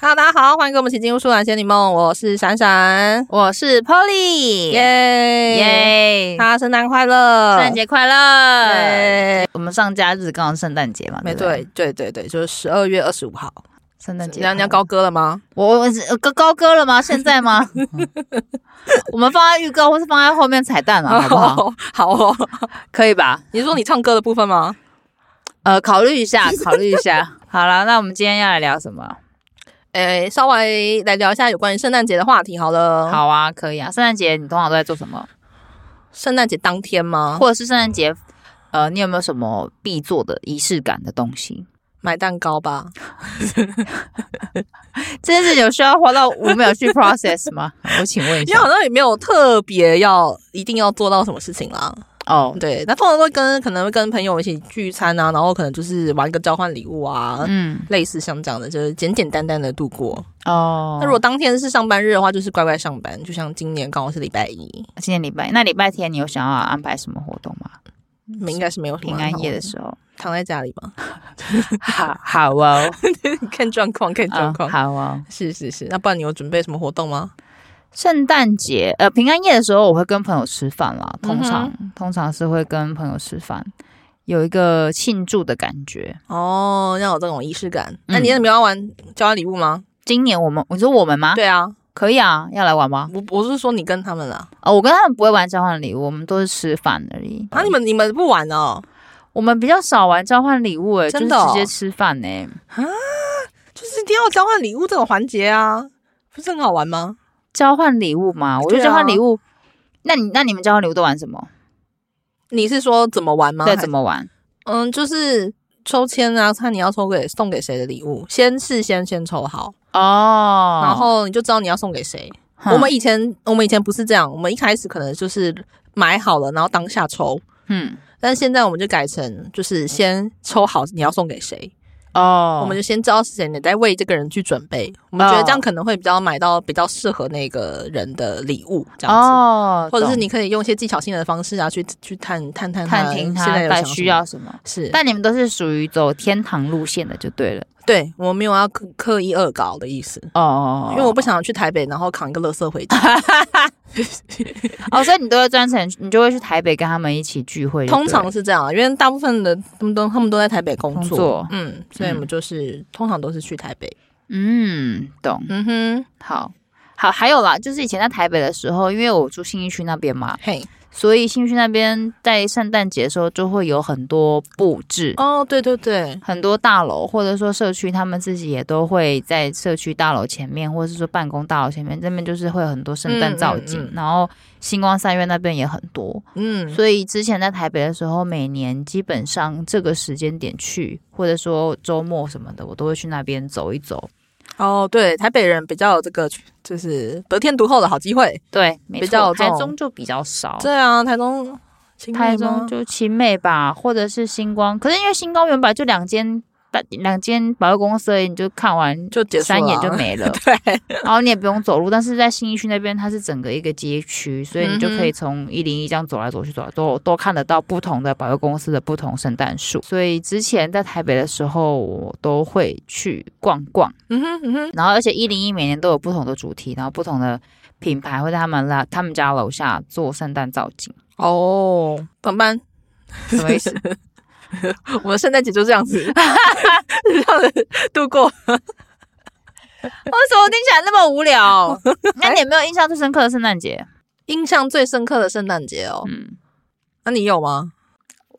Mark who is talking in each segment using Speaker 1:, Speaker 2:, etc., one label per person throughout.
Speaker 1: Hello，大家好，欢迎跟我们一起进入《舒兰仙女梦》，我是闪闪，
Speaker 2: 我是 Polly，
Speaker 1: 耶耶！
Speaker 2: 耶！
Speaker 1: 大家圣诞快乐，
Speaker 2: 圣诞节快乐！
Speaker 1: 耶！
Speaker 2: 我们上架日刚好圣诞节嘛，
Speaker 1: 没
Speaker 2: 不
Speaker 1: 对，，对对对，就是十二月二十五号。
Speaker 2: 圣诞节
Speaker 1: 你要你要高歌了吗？
Speaker 2: 我我是高高歌了吗？现在 吗？我们放在预告或是放在后面彩蛋嘛，好不好？
Speaker 1: 哦？ 好哦，
Speaker 2: 可以吧？
Speaker 1: 你是说你唱歌的部分吗？
Speaker 2: 呃，考虑一 下，考虑一下。好了，那我们今天要来聊什么？
Speaker 1: 诶，稍微来聊一下有关于圣诞节的话题好了。，
Speaker 2: 好啊，可以啊。圣诞节你通常都在做什么？
Speaker 1: 圣诞节当天吗？
Speaker 2: 或者是圣诞节，呃，你有没有什么必做的仪式感的东西？
Speaker 1: 买蛋糕吧。
Speaker 2: 这件事情有需要花到五秒去 process 吗？ 我请问一
Speaker 1: 因为
Speaker 2: 下
Speaker 1: 好。像也没有特别要一定要做到什么事情啦。
Speaker 2: 哦，
Speaker 1: 对，那通常都会跟可能会跟朋友一起聚餐啊，然后可能就是玩个交换礼物啊。
Speaker 2: 嗯，
Speaker 1: 类似像这样的，就是简简单单的度过。
Speaker 2: 哦
Speaker 1: 那如果当天是上班日的话，就是乖乖上班，就像今年刚好是礼拜一，
Speaker 2: 今天礼拜，那礼拜天你有想要安排什么活动吗？
Speaker 1: 应该是没有什么
Speaker 2: 平安夜的
Speaker 1: 好
Speaker 2: 时 候，
Speaker 1: 躺在家里 吧，
Speaker 2: 好好 哦，
Speaker 1: 看状况，看状
Speaker 2: 嗯
Speaker 1: 况。
Speaker 2: 好哦。
Speaker 1: 是是是，那不然你有准备什么活动吗？
Speaker 2: 圣诞节，呃，平安夜的时候我会跟朋友吃饭啦，通常、
Speaker 1: 嗯
Speaker 2: 通常是会跟朋友吃饭，有一个庆祝的感觉。
Speaker 1: 哦，要有这种仪式感。
Speaker 2: 嗯
Speaker 1: 那你也没有要玩交换礼物吗？
Speaker 2: 今年我们，你说我们吗？，
Speaker 1: 对啊，
Speaker 2: 可以啊，要来玩吗？
Speaker 1: 我我是说你跟他们啦。
Speaker 2: 哦，我跟他们不会玩交换礼物，我们都是吃饭而已。
Speaker 1: 啊，你们你们不玩哦？
Speaker 2: 我们比较少玩交换礼物、欸，
Speaker 1: 真的哦
Speaker 2: 就是直接吃饭呢、欸
Speaker 1: 就是一定要交换礼物这种环节啊，不是很好玩吗？
Speaker 2: 交换礼物嘛，我觉
Speaker 1: 对
Speaker 2: 得
Speaker 1: 啊
Speaker 2: 交换礼物，那你那你们交换礼物都玩什么？
Speaker 1: 你是说怎么玩吗？
Speaker 2: 对，
Speaker 1: 还
Speaker 2: 怎么玩？
Speaker 1: 嗯，就是抽签啊，看你要抽给送给谁的礼物，先事先先抽好，
Speaker 2: 哦，
Speaker 1: 然后你就知道你要送给谁。
Speaker 2: 哼
Speaker 1: 我们以前我们以前不是这样，我们一开始可能就是买好了，然后当下抽，
Speaker 2: 嗯
Speaker 1: 但是现在我们就改成就是先抽好你要送给谁，
Speaker 2: 哦，哦
Speaker 1: 我们就先知道是谁，你再为这个人去准备。我们觉得这样可能会比较买到比较适合那个人的礼物，这样子。
Speaker 2: 哦，
Speaker 1: 或者是
Speaker 2: 懂
Speaker 1: 你可以用一些技巧性的方式啊，去去探探探
Speaker 2: 探听
Speaker 1: 现在
Speaker 2: 他
Speaker 1: 有想
Speaker 2: 在
Speaker 1: 什么
Speaker 2: 需要什么，
Speaker 1: 是，
Speaker 2: 但你们都是属于走天堂路线的就对了。
Speaker 1: 对我没有要刻刻意恶搞的意思。
Speaker 2: 哦哦，哦
Speaker 1: 因为我不想去台北，然后扛一个垃圾回家。
Speaker 2: 哦，所以你都会专程，你就会去台北跟他们一起聚会就对
Speaker 1: 通
Speaker 2: 了，
Speaker 1: 常是这样啊，因为大部分的他们都他们都在台北工
Speaker 2: 工
Speaker 1: 作，
Speaker 2: 作，
Speaker 1: 嗯，所以我们就是、通常都是去台北。
Speaker 2: 嗯，懂，
Speaker 1: 嗯哼，
Speaker 2: 好。好，还有啦，就是以前在台北的时候，因为我住信义区那边嘛，
Speaker 1: 嘿，
Speaker 2: 所以信义区那边在圣诞节的时候就会有很多布置，
Speaker 1: 哦，对对对，
Speaker 2: 很多大楼或者说社区，他们自己也都会在社区大楼前面，或者是说办公大楼前面，那边就是会有很多圣诞造景，
Speaker 1: 嗯嗯嗯
Speaker 2: 然后星光三月那边也很多。
Speaker 1: 嗯，
Speaker 2: 所以之前在台北的时候，每年基本上这个时间点去，或者说周末什么的，我都会去那边走一走。
Speaker 1: 哦，对，台北人比较有这个就是得天独厚的好机会。
Speaker 2: 对，没
Speaker 1: 比较有
Speaker 2: 错，
Speaker 1: 这
Speaker 2: 台
Speaker 1: 种
Speaker 2: 中就比较少。
Speaker 1: 对啊，台中，青
Speaker 2: 哦
Speaker 1: 梅
Speaker 2: 台
Speaker 1: 吗
Speaker 2: 中就青妹吧，或者是星光。可是因为星光原本就两间大两间百货公司而已，你就看完
Speaker 1: 就结束
Speaker 2: 三眼就
Speaker 1: 了啊。
Speaker 2: 没了。
Speaker 1: 对，
Speaker 2: 然后你也不用走路，但是在新一区那边它是整个一个街区，所以你就可以从一零一这样走来走去，走来都都看得到不同的百货公司的不同圣诞树。所以之前在台北的时候，我都会去逛逛，
Speaker 1: 嗯哼嗯哼，
Speaker 2: 然后而且一零一每年都有不同的主题，然后不同的品牌会在他们啦他们家楼下做圣诞造景，
Speaker 1: 哦，怎么办？
Speaker 2: 什么意思？
Speaker 1: 我们圣诞节就这样子， 这样子度过。
Speaker 2: 为什么听起来那么无聊？那你有没有印象最深刻的圣诞节？
Speaker 1: 印象最深刻的圣诞节哦，
Speaker 2: 嗯，
Speaker 1: 那、你有吗？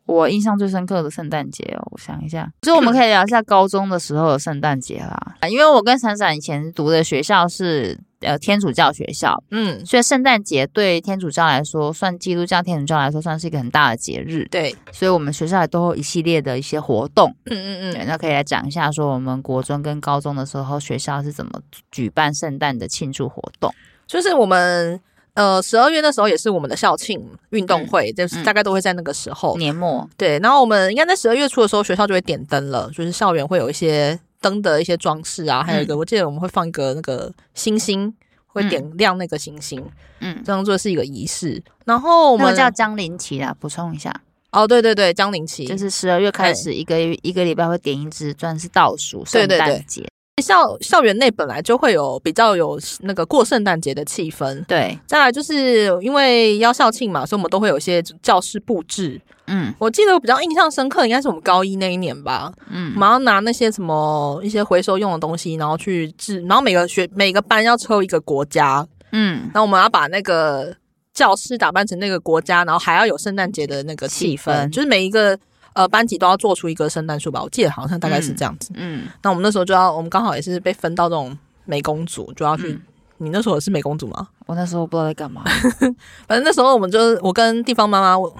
Speaker 2: 我印象最深刻的圣诞节哦，我想一下，就我们可以聊一下高中的时候的圣诞节啦。因为我跟闪闪以前读的学校是呃天主教学校，
Speaker 1: 嗯，
Speaker 2: 所以圣诞节对天主教来说，算基督教、天主教来说，算是一个很大的节日。
Speaker 1: 对，
Speaker 2: 所以我们学校也都有一系列的一些活动。
Speaker 1: 嗯嗯
Speaker 2: 对，那可以来讲一下，说我们国中跟高中的时候，学校是怎么举办圣诞的庆祝活动。
Speaker 1: 就是我们呃十二月那时候也是我们的校庆运
Speaker 2: 嗯
Speaker 1: 动会，就是大概都会在那个时候。
Speaker 2: 年末，
Speaker 1: 对，然后我们应该在十二月初的时候，学校就会点灯了，就是校园会有一些灯的一些装饰啊，还有一
Speaker 2: 嗯
Speaker 1: 个、我记得我们会放一个那个星星。会点亮那个星星，
Speaker 2: 嗯，
Speaker 1: 当做是一个仪式。然后我
Speaker 2: 我
Speaker 1: 们
Speaker 2: 们叫江陵旗啦，补充一下。
Speaker 1: 哦，对对对，江陵旗，
Speaker 2: 就是十二月开始，一个一个礼拜会点一支，算是倒数
Speaker 1: 对
Speaker 2: 圣
Speaker 1: 对对
Speaker 2: 诞节。
Speaker 1: 校校园内本来就会有比较有那个过圣诞节的气氛，
Speaker 2: 对，
Speaker 1: 再来就是因为要校庆嘛，所以我们都会有一些教室布置。
Speaker 2: 嗯
Speaker 1: 我记得我比较印象深刻，应该是我们高一那一年吧，我
Speaker 2: 嗯，
Speaker 1: 们要拿那些什么一些回收用的东西，然后去制，然后每个学每个班要抽一个国家，
Speaker 2: 嗯，
Speaker 1: 然后我们要把那个教室打扮成那个国家，然后还要有圣诞节的那个气
Speaker 2: 气氛
Speaker 1: 氛，就是每一个呃班级都要做出一个圣诞树吧，我记得好像大概是这样子。
Speaker 2: 嗯，
Speaker 1: 那我们那时候就要，我们刚好也是被分到这种美工组，就要去。
Speaker 2: 嗯
Speaker 1: 你那时候也是美工组吗？
Speaker 2: 我那时候不知道在干嘛。
Speaker 1: 反正那时候我们就是我跟地方妈妈，我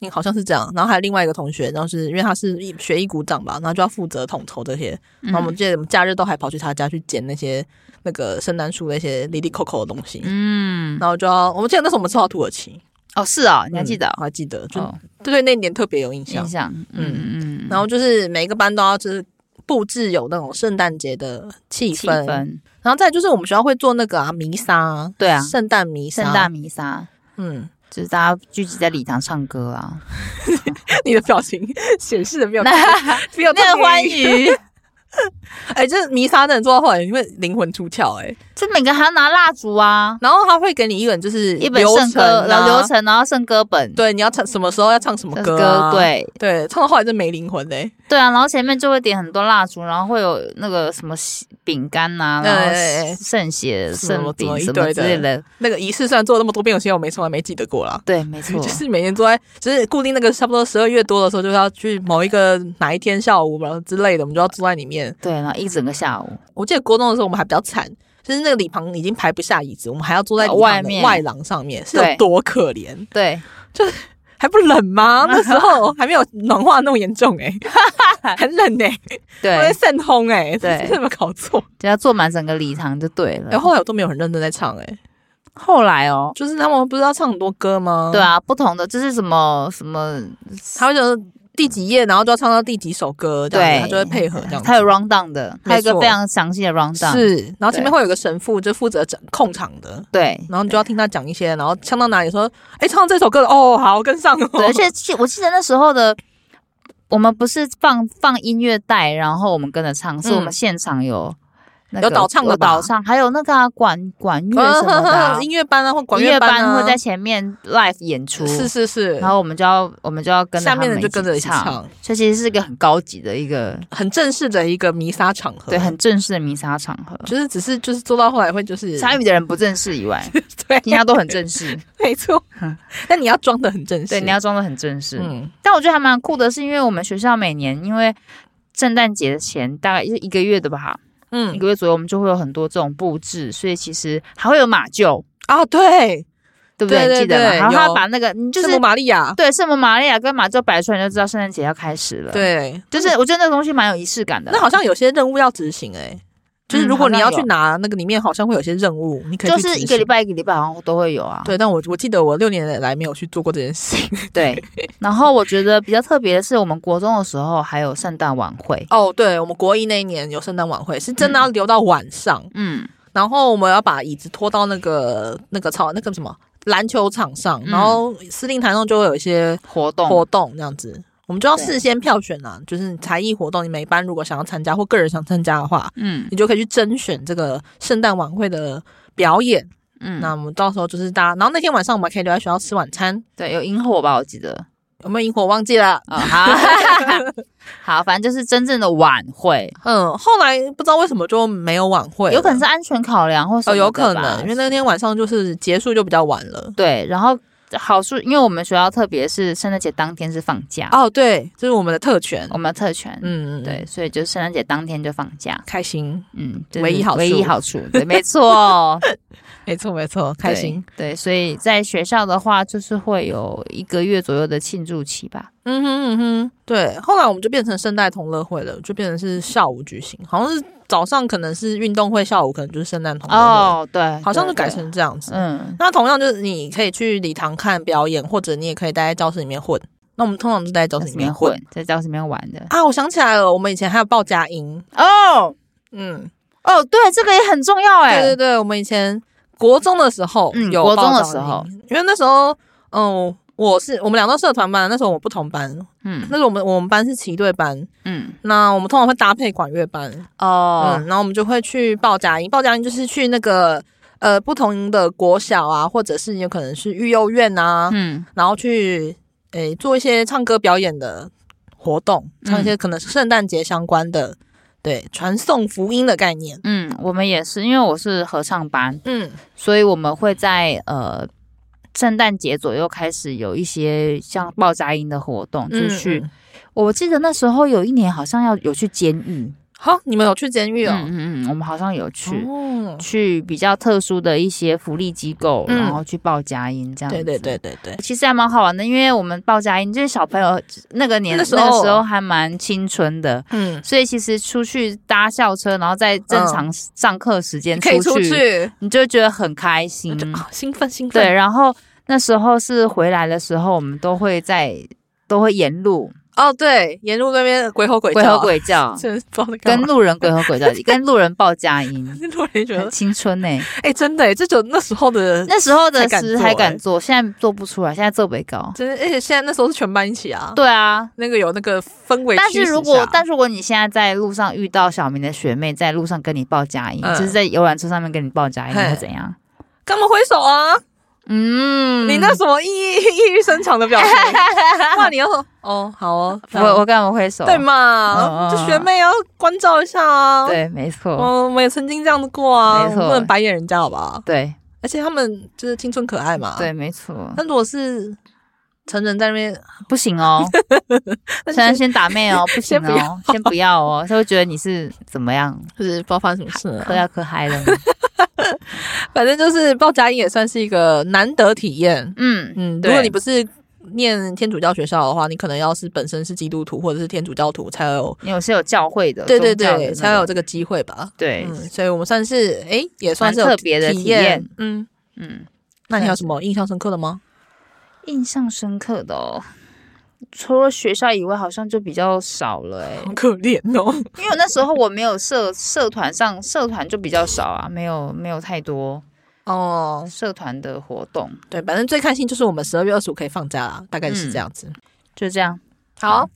Speaker 1: 你好像是这样，然后还有另外一个同学，然后是因为他是一学艺股长吧，然后就要负责统筹这些。
Speaker 2: 嗯
Speaker 1: 然后我们记得我们假日都还跑去他家去捡那些那个圣诞树那些里里扣扣的东西。
Speaker 2: 嗯，
Speaker 1: 然后就要，我们记得那时候我们是到土耳其，
Speaker 2: 哦，是哦，你还记得
Speaker 1: 嗯我还记得，就、
Speaker 2: 哦？
Speaker 1: 对那年特别有印象
Speaker 2: 印。象，嗯嗯，
Speaker 1: 然后就是每一个班都要就是布置有那种圣诞节的气
Speaker 2: 气
Speaker 1: 氛，
Speaker 2: 氛，
Speaker 1: 然后再来就是我们学校会做那个啊弥撒啊，
Speaker 2: 对啊
Speaker 1: 圣诞弥撒，
Speaker 2: 盛大弥撒。
Speaker 1: 嗯，
Speaker 2: 就是大家聚集在礼堂唱歌啊，
Speaker 1: 你的表情显示 的没有
Speaker 2: 那
Speaker 1: 没有
Speaker 2: 那
Speaker 1: 特
Speaker 2: 个
Speaker 1: 别
Speaker 2: 欢，愉，
Speaker 1: 哎、就是弥撒真的做到后来你会灵魂出窍哎、
Speaker 2: 就每个还要拿蜡烛啊，
Speaker 1: 然后他会给你一本就是
Speaker 2: 一本
Speaker 1: 流
Speaker 2: 圣
Speaker 1: 程
Speaker 2: 歌，然
Speaker 1: 啊
Speaker 2: 后流。程，然后圣歌本，
Speaker 1: 对，你要唱什么时候要唱什么
Speaker 2: 圣
Speaker 1: 歌、啊？
Speaker 2: 歌，对
Speaker 1: 对，唱到后来真没灵魂嘞、
Speaker 2: 对啊，然后前面就会点很多蜡烛，然后会有那个什么喜饼干呐，
Speaker 1: 对
Speaker 2: 然后圣血、
Speaker 1: 什么
Speaker 2: 圣
Speaker 1: 什么
Speaker 2: 饼
Speaker 1: 一
Speaker 2: 什么
Speaker 1: 堆
Speaker 2: 之
Speaker 1: 的
Speaker 2: 类的，
Speaker 1: 那个仪式虽然做了那么多遍，有些我没从来没记得过啦。
Speaker 2: 对， 没错
Speaker 1: 就，是每年都在，就是固定那个差不多十二月多的时候，就要去某一个哪一天下午，然后之类的，我们就要坐在里面。
Speaker 2: 对，然后一整个下午，
Speaker 1: 我记得国中的时候，我们还比较惨，就是那个礼堂已经排不下椅子，我们还要坐在礼堂的
Speaker 2: 呃外面
Speaker 1: 外廊上面，是
Speaker 2: 对
Speaker 1: 有多可怜？
Speaker 2: 对，
Speaker 1: 还不冷吗？那时 候还没有暖化那么严重哎、很冷哎、我在
Speaker 2: 对，
Speaker 1: 扇风哎、
Speaker 2: 对
Speaker 1: 这有没有搞错？
Speaker 2: 就要坐满整个礼堂就对了。
Speaker 1: 然后后来我都没有很认真在唱哎、
Speaker 2: 后来哦，
Speaker 1: 就是他们不是要唱很多歌吗？
Speaker 2: 对，啊，不同的就是什么什么，
Speaker 1: 嗯他会就是第几页，然后就要唱到第几首歌，这样子
Speaker 2: 对
Speaker 1: 他就会配合这样子。
Speaker 2: 它有 round down 的，它有
Speaker 1: 没
Speaker 2: 一个
Speaker 1: 错
Speaker 2: 非常详细的 round down，
Speaker 1: 是，然后前面会有个神父，就负责整控场的，
Speaker 2: 对。
Speaker 1: 然后你就要听他讲一些，然后唱到哪里说，哎，唱到这首歌了，哦，好，跟上哦。
Speaker 2: 对，而 且记我记得那时候的，我们不是放放音乐带，然后我们跟着唱，是我们现场有、那个
Speaker 1: 嗯有导唱的
Speaker 2: 有
Speaker 1: 吧
Speaker 2: 导唱，还有那个啊、管管乐什么的啊、
Speaker 1: 嗯音乐班啊，或管
Speaker 2: 音乐
Speaker 1: 班
Speaker 2: 班
Speaker 1: 啊
Speaker 2: 会在前面 live 演出，
Speaker 1: 是是是
Speaker 2: 然，后我们就要我们就要跟着
Speaker 1: 下面的
Speaker 2: 他们
Speaker 1: 就跟着一起
Speaker 2: 唱，
Speaker 1: 唱，
Speaker 2: 所以其实是一个很高级的一个
Speaker 1: 很正式的一个弥撒场合，
Speaker 2: 对很正式的弥撒场合。
Speaker 1: 就是只是就是做到后来会就是
Speaker 2: 参与的人不正式以 外，
Speaker 1: 对，
Speaker 2: 其他都很正式。
Speaker 1: 没错，但你要装的很正式，
Speaker 2: 对，你要装的很正式。
Speaker 1: 嗯
Speaker 2: 但我觉得还蛮酷的，是因为我们学校每年因为圣诞节前大概是一个月的吧，一
Speaker 1: 嗯
Speaker 2: 个月左右，我们就会有很多这种布置，所以其实还会有马厩，
Speaker 1: 啊，对，
Speaker 2: 对不对？
Speaker 1: 对对
Speaker 2: 你记得吗？
Speaker 1: 对
Speaker 2: 然后他
Speaker 1: 有
Speaker 2: 把那个你就
Speaker 1: 圣
Speaker 2: 是
Speaker 1: 母玛利亚，
Speaker 2: 对圣母玛利亚跟马厩摆出来，你就知道圣诞节要开始了。，
Speaker 1: 对，
Speaker 2: 就是我觉得那个东西蛮有仪式感的啦。
Speaker 1: 那好像有些任务要执行哎、就是如果你要去拿那个里面，好像会有些任务，你可以
Speaker 2: 就
Speaker 1: 去
Speaker 2: 是
Speaker 1: 执
Speaker 2: 一个礼
Speaker 1: 行。
Speaker 2: 拜一个礼拜好像都会有啊。
Speaker 1: 对，但我我记得我六年来没有去做过这件事情。
Speaker 2: 对，然后我觉得比较特别的是，我们国中的时候还有圣诞晚会。
Speaker 1: 哦，对，我们国一那一年有圣诞晚会，是真的要留到晚上，
Speaker 2: 嗯，
Speaker 1: 然后我们要把椅子拖到那个那个操那个什么篮球场上，
Speaker 2: 嗯
Speaker 1: 然后司令台上就会有一些
Speaker 2: 活动
Speaker 1: 活动这样子。我们就要
Speaker 2: 对
Speaker 1: 事先票选啦，就是才艺活动，你每班如果想要参加或个人想参加的话，
Speaker 2: 嗯
Speaker 1: 你就可以去甄选这个圣诞晚会的表演。那
Speaker 2: 嗯，
Speaker 1: 我们到时候就是大家，然后那天晚上我们还可以留在学校吃晚餐，
Speaker 2: 对，有萤火吧？我记得。
Speaker 1: 有没有萤火忘记了？
Speaker 2: 啊、 好，好，反正就是真正的晚会，
Speaker 1: 嗯，后来不知道为什么就没有晚会了，
Speaker 2: 有可能是安全考量或什
Speaker 1: 哦，
Speaker 2: 么的吧、
Speaker 1: 有可能，因为那天晚上就是结束就比较晚了。
Speaker 2: 对，然后好处，因为我们学校特别是圣诞节当天是放假，
Speaker 1: 哦，对，这是我们的特权。
Speaker 2: 我们的特权，
Speaker 1: 嗯，嗯，
Speaker 2: 哦对，，所以就是圣诞节当天就放假，
Speaker 1: 开心，
Speaker 2: 嗯，就是
Speaker 1: 唯一好处
Speaker 2: 唯一好处，对，没错，
Speaker 1: 没错没错， 开心。
Speaker 2: 对，对，所以在学校的话，就是会有一个月左右的庆祝期吧，
Speaker 1: 嗯哼嗯哼，对。后来我们就变成圣诞同乐会了，就变成是下午举行，好像是早上可能是运动会，下午可能就是圣诞同乐会，
Speaker 2: 哦，对，
Speaker 1: 好像就
Speaker 2: 对
Speaker 1: 改，成这样子
Speaker 2: 对。嗯，
Speaker 1: 那同样就是你可以去礼堂看表演，或者你也可以待在教室里面混。那我们通常都待在教
Speaker 2: 教
Speaker 1: 室里
Speaker 2: 室里
Speaker 1: 面
Speaker 2: 面
Speaker 1: 混
Speaker 2: 混，在教室里面玩的，
Speaker 1: 啊！我想起来了，我们以前还有报佳音，
Speaker 2: 哦，
Speaker 1: 嗯，
Speaker 2: 哦，对，这个也很重要，哎，
Speaker 1: 对对对，我们以前国中的时候
Speaker 2: 嗯
Speaker 1: 有
Speaker 2: 国中
Speaker 1: 报
Speaker 2: 的
Speaker 1: 佳
Speaker 2: 时候
Speaker 1: 音，因为那时候嗯，我是我们俩都社团班，那时候我们不同班，
Speaker 2: 嗯
Speaker 1: 那时候我们我们班是旗队班，
Speaker 2: 嗯
Speaker 1: 那我们通常会搭配管乐班，
Speaker 2: 哦
Speaker 1: 嗯，然后我们就会去报佳音，报佳音就是去那个呃不同的国小啊，或者是有可能是育幼院啊，
Speaker 2: 嗯
Speaker 1: 然后去诶做一些唱歌表演的活动，
Speaker 2: 嗯
Speaker 1: 唱一些可能是圣诞节相关的，对，传送福音的概念。
Speaker 2: 嗯，我们也是，因为我是合唱班，
Speaker 1: 嗯，
Speaker 2: 所以我们会在呃圣诞节左右开始有一些像爆炸音的活动，就
Speaker 1: 嗯
Speaker 2: 去。
Speaker 1: 嗯
Speaker 2: 我记得那时候有一年好像要有去监狱，
Speaker 1: 好，你们有去监狱哦？
Speaker 2: 嗯嗯嗯，我们好像有去。
Speaker 1: 哦，
Speaker 2: 去比较特殊的一些福利机构，
Speaker 1: 嗯
Speaker 2: 然后去报佳音这样。
Speaker 1: 对对对，对对，
Speaker 2: 其实还蛮好玩的，因为我们报佳音，就是小朋友那个年
Speaker 1: 那
Speaker 2: 那
Speaker 1: 时候
Speaker 2: 个时候还蛮青春的，
Speaker 1: 嗯，
Speaker 2: 所以其实出去搭校车，然后在正常上课时间
Speaker 1: 可以出
Speaker 2: 出去，
Speaker 1: 去，
Speaker 2: 你就会觉得很开心。
Speaker 1: 就啊兴奋兴奋，
Speaker 2: 对，然后那时候是回来的时候，我们都会在都会沿路
Speaker 1: 哦对，沿路那边鬼吼鬼
Speaker 2: 鬼
Speaker 1: 叫
Speaker 2: 吼
Speaker 1: 啊，
Speaker 2: 鬼叫，
Speaker 1: 真的 是不知道在干
Speaker 2: 跟
Speaker 1: 嘛。
Speaker 2: 路人鬼吼鬼 叫，跟路人报佳音，
Speaker 1: 跟路人觉
Speaker 2: 很
Speaker 1: 得，
Speaker 2: 青春呢、
Speaker 1: 哎，真的欸，这就那时候的
Speaker 2: 那时候
Speaker 1: 才
Speaker 2: 的
Speaker 1: 敢
Speaker 2: 时
Speaker 1: 做
Speaker 2: 还
Speaker 1: 欸
Speaker 2: 敢做，现在做不出来，现在做不高。
Speaker 1: 真的，而且现在那时候是全班一起啊，
Speaker 2: 对啊，
Speaker 1: 那个有那个氛围
Speaker 2: 但
Speaker 1: 驱使下。
Speaker 2: 是如果但如果你现在在路上遇到小明的学妹在路上跟你报佳音，
Speaker 1: 嗯
Speaker 2: 就是在游览车上面跟你报佳音，
Speaker 1: 嘿
Speaker 2: 你会怎样？
Speaker 1: 干嘛挥手啊？
Speaker 2: 嗯，
Speaker 1: 你那什么意 意意欲深长的 表情？哇，你要说哦，好哦，
Speaker 2: 我我干嘛挥手？
Speaker 1: 对嘛？
Speaker 2: 嗯嗯嗯
Speaker 1: 就学妹要关照一下啊。，
Speaker 2: 对，没错，
Speaker 1: 我们也曾经这样子过啊，
Speaker 2: 没
Speaker 1: 我
Speaker 2: 错
Speaker 1: 们不能白眼人家好不好？
Speaker 2: 对
Speaker 1: 而且他们就是青春可爱嘛。
Speaker 2: 对，，没错，
Speaker 1: 但如果是成人在那边，
Speaker 2: 不行哦，
Speaker 1: 那
Speaker 2: 现在
Speaker 1: 就是
Speaker 2: 先打妹哦，不行
Speaker 1: 先不
Speaker 2: 哦， 先不要哦，他会觉得你是怎么样，
Speaker 1: 就是不知道发生什么事
Speaker 2: 嗑
Speaker 1: 了。
Speaker 2: 药嗑嗨了吗，
Speaker 1: 反正就是报佳音也算是一个难得体验。
Speaker 2: 嗯，
Speaker 1: 嗯，如
Speaker 2: 对
Speaker 1: 果你不是念天主教学校的话，你可能要是本身是基督徒或者是天主教徒才有，
Speaker 2: 你有是有教会的，
Speaker 1: 对对
Speaker 2: 宗教的
Speaker 1: 对，
Speaker 2: 那
Speaker 1: 才有
Speaker 2: 种
Speaker 1: 这个机会吧。
Speaker 2: 对，
Speaker 1: 嗯，所以我们算是诶，也算是有
Speaker 2: 蛮特别的
Speaker 1: 体
Speaker 2: 体验。
Speaker 1: 嗯，
Speaker 2: 嗯。
Speaker 1: 那你还有什么印象深刻的吗？
Speaker 2: 印象深刻的哦，除了学校以外，好像就比较少了诶、
Speaker 1: 好可怜哦。
Speaker 2: 因为我那时候我没有社社团上社团就比较少啊，没有没有太多
Speaker 1: 哦，
Speaker 2: 社团的活动，
Speaker 1: 对，反正最开心就是我们十二月二十五可以放假啦，大概是
Speaker 2: 嗯
Speaker 1: 这样子。
Speaker 2: 就这样。
Speaker 1: 好，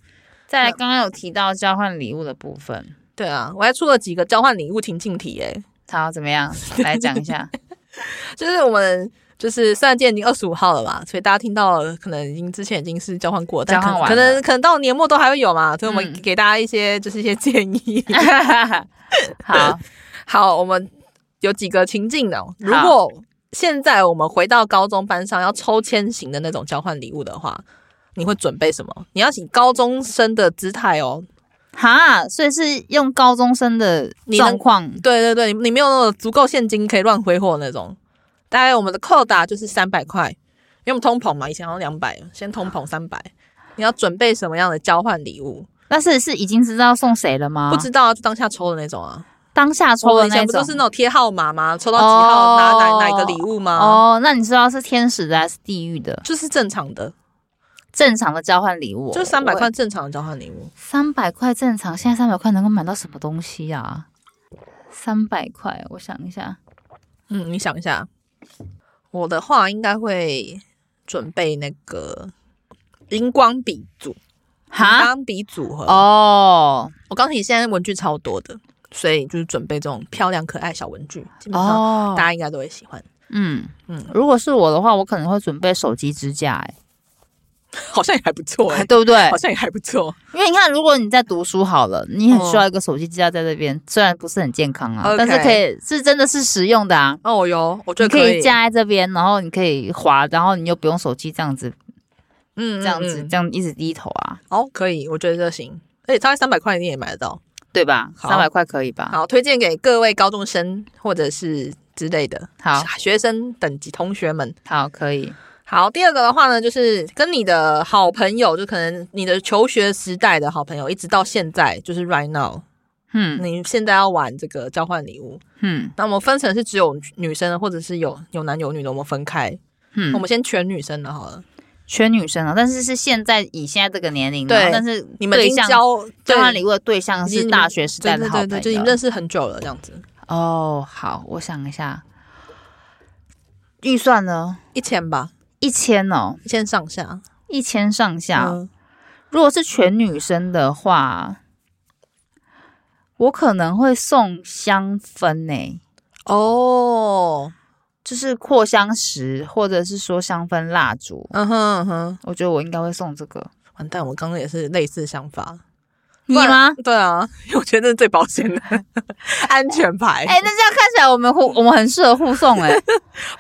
Speaker 2: 再来，刚刚有提到交换礼物的部分，
Speaker 1: 对啊，我还出了几个交换礼物情境题、诶，
Speaker 2: 好，怎么 样？来讲一下。
Speaker 1: 就是我们。就是虽然今天已经二十五号了嘛，所以大家听到了，可能已经之前已经是交换过，但可
Speaker 2: 交换
Speaker 1: 能
Speaker 2: 完
Speaker 1: 可
Speaker 2: 了
Speaker 1: 能可能到年末都还会有嘛，所以我们
Speaker 2: 嗯
Speaker 1: 给大家一些、就是一些建 议。
Speaker 2: 好，
Speaker 1: 好，我们有几个情境哦。如果现在我们回到高中班上要抽签型的那种交换礼物的话，你会准备什么？你要以高中生的姿态哦。
Speaker 2: 哈，所以是用高中生的
Speaker 1: 你能
Speaker 2: 状况，
Speaker 1: 对对对，你你没有那种足够现金可以乱挥霍的那种。大概我们的扣打就是三百块，因为我们通膨嘛，以前好像两百，先通
Speaker 2: 啊
Speaker 1: 膨三百。你要准备什么样的交换礼物？
Speaker 2: 但是是已经知道送谁了吗？
Speaker 1: 不知道啊，就当下抽的那种啊。
Speaker 2: 当下抽
Speaker 1: 我们
Speaker 2: 的
Speaker 1: 以
Speaker 2: 那
Speaker 1: 前不
Speaker 2: 种
Speaker 1: 都。是那种贴号码吗？抽到几号
Speaker 2: 哦
Speaker 1: 拿哪哪一个礼物吗？
Speaker 2: 哦，那你知道是天使的还是地狱的？
Speaker 1: 就是正常的。
Speaker 2: 正常的交换礼物，
Speaker 1: 就三百块，正常的交换礼物，
Speaker 2: 三百块正常。现在三百块能够买到什么东西啊？三百块，我想一下，
Speaker 1: 嗯，你想一下，我的话应该会准备那个荧光笔组、荧
Speaker 2: 哈
Speaker 1: 光笔组合。哦，
Speaker 2: 哦
Speaker 1: 我告诉你，现在文具超多的，所以就是准备这种漂亮可爱小文具，基本上大
Speaker 2: 哦，
Speaker 1: 家应该都会喜欢。
Speaker 2: 嗯
Speaker 1: 嗯
Speaker 2: 嗯，如果是我的话，我可能会准备手机支架、欸，
Speaker 1: 好像也哦还不错、欸
Speaker 2: 哎，对 不对
Speaker 1: 好？像也还不错。
Speaker 2: 因为你看，如果你在读书好了，你很需要一个手机支架在这边，虽然不是很健康啊
Speaker 1: OK，
Speaker 2: 但是可以是真的是实用的啊。
Speaker 1: 哦哟，我觉
Speaker 2: 你
Speaker 1: 得
Speaker 2: 可
Speaker 1: 以
Speaker 2: 以，架在这边，然后你可以滑，然后你又不用手机这样子，
Speaker 1: 嗯
Speaker 2: 这样
Speaker 1: 嗯
Speaker 2: 子，
Speaker 1: 嗯
Speaker 2: 这样一直低头啊。
Speaker 1: 好，可以，我觉得这行。而且大概三百块一定也买得到。
Speaker 2: 对吧？
Speaker 1: 好
Speaker 2: 三百块可以吧？
Speaker 1: 好，推荐给各位高中生或者是之类的
Speaker 2: 好
Speaker 1: 学生等级同学们。
Speaker 2: 好可以，
Speaker 1: 好，第二个的话呢，就是跟你的好朋友，就可能你的求学时代的好朋友，一直到现在，就是 right now，、
Speaker 2: 嗯
Speaker 1: 你现在要玩这个交换礼物。
Speaker 2: 嗯
Speaker 1: 那我们分成是只有女生的，或者是有有男有女的，我们分开。我
Speaker 2: 嗯，
Speaker 1: 们先全女生的好了。
Speaker 2: 全女生啊，但是是现在以现在这个年龄，
Speaker 1: 对
Speaker 2: 然后但是
Speaker 1: 你们已
Speaker 2: 对
Speaker 1: 经
Speaker 2: 象
Speaker 1: 交
Speaker 2: 交换礼
Speaker 1: 物，
Speaker 2: 物的对象
Speaker 1: 已
Speaker 2: 是
Speaker 1: 经
Speaker 2: 大学时代
Speaker 1: 对
Speaker 2: 的
Speaker 1: 对
Speaker 2: 好
Speaker 1: 对
Speaker 2: 朋
Speaker 1: 对，就已经认
Speaker 2: 友。
Speaker 1: 识很久了这样子，
Speaker 2: 哦，好，我想一下，预算呢？
Speaker 1: 一千吧。
Speaker 2: 一千哦，
Speaker 1: 先上下，
Speaker 2: 一千上下。
Speaker 1: 嗯
Speaker 2: 如果是全女生的话，我可能会送香氛呢、
Speaker 1: 哦，
Speaker 2: 就是扩香石，或者是说香氛蜡烛。
Speaker 1: 嗯哼嗯哼，
Speaker 2: 我觉得我应该会送这个，
Speaker 1: 完蛋，我刚刚也是类似想法。
Speaker 2: 你
Speaker 1: 不
Speaker 2: 吗
Speaker 1: 然？？ 对啊，因为我觉得那是最保险的安全牌。
Speaker 2: 哎、那这样看起来我们互我们很适合互送 哎、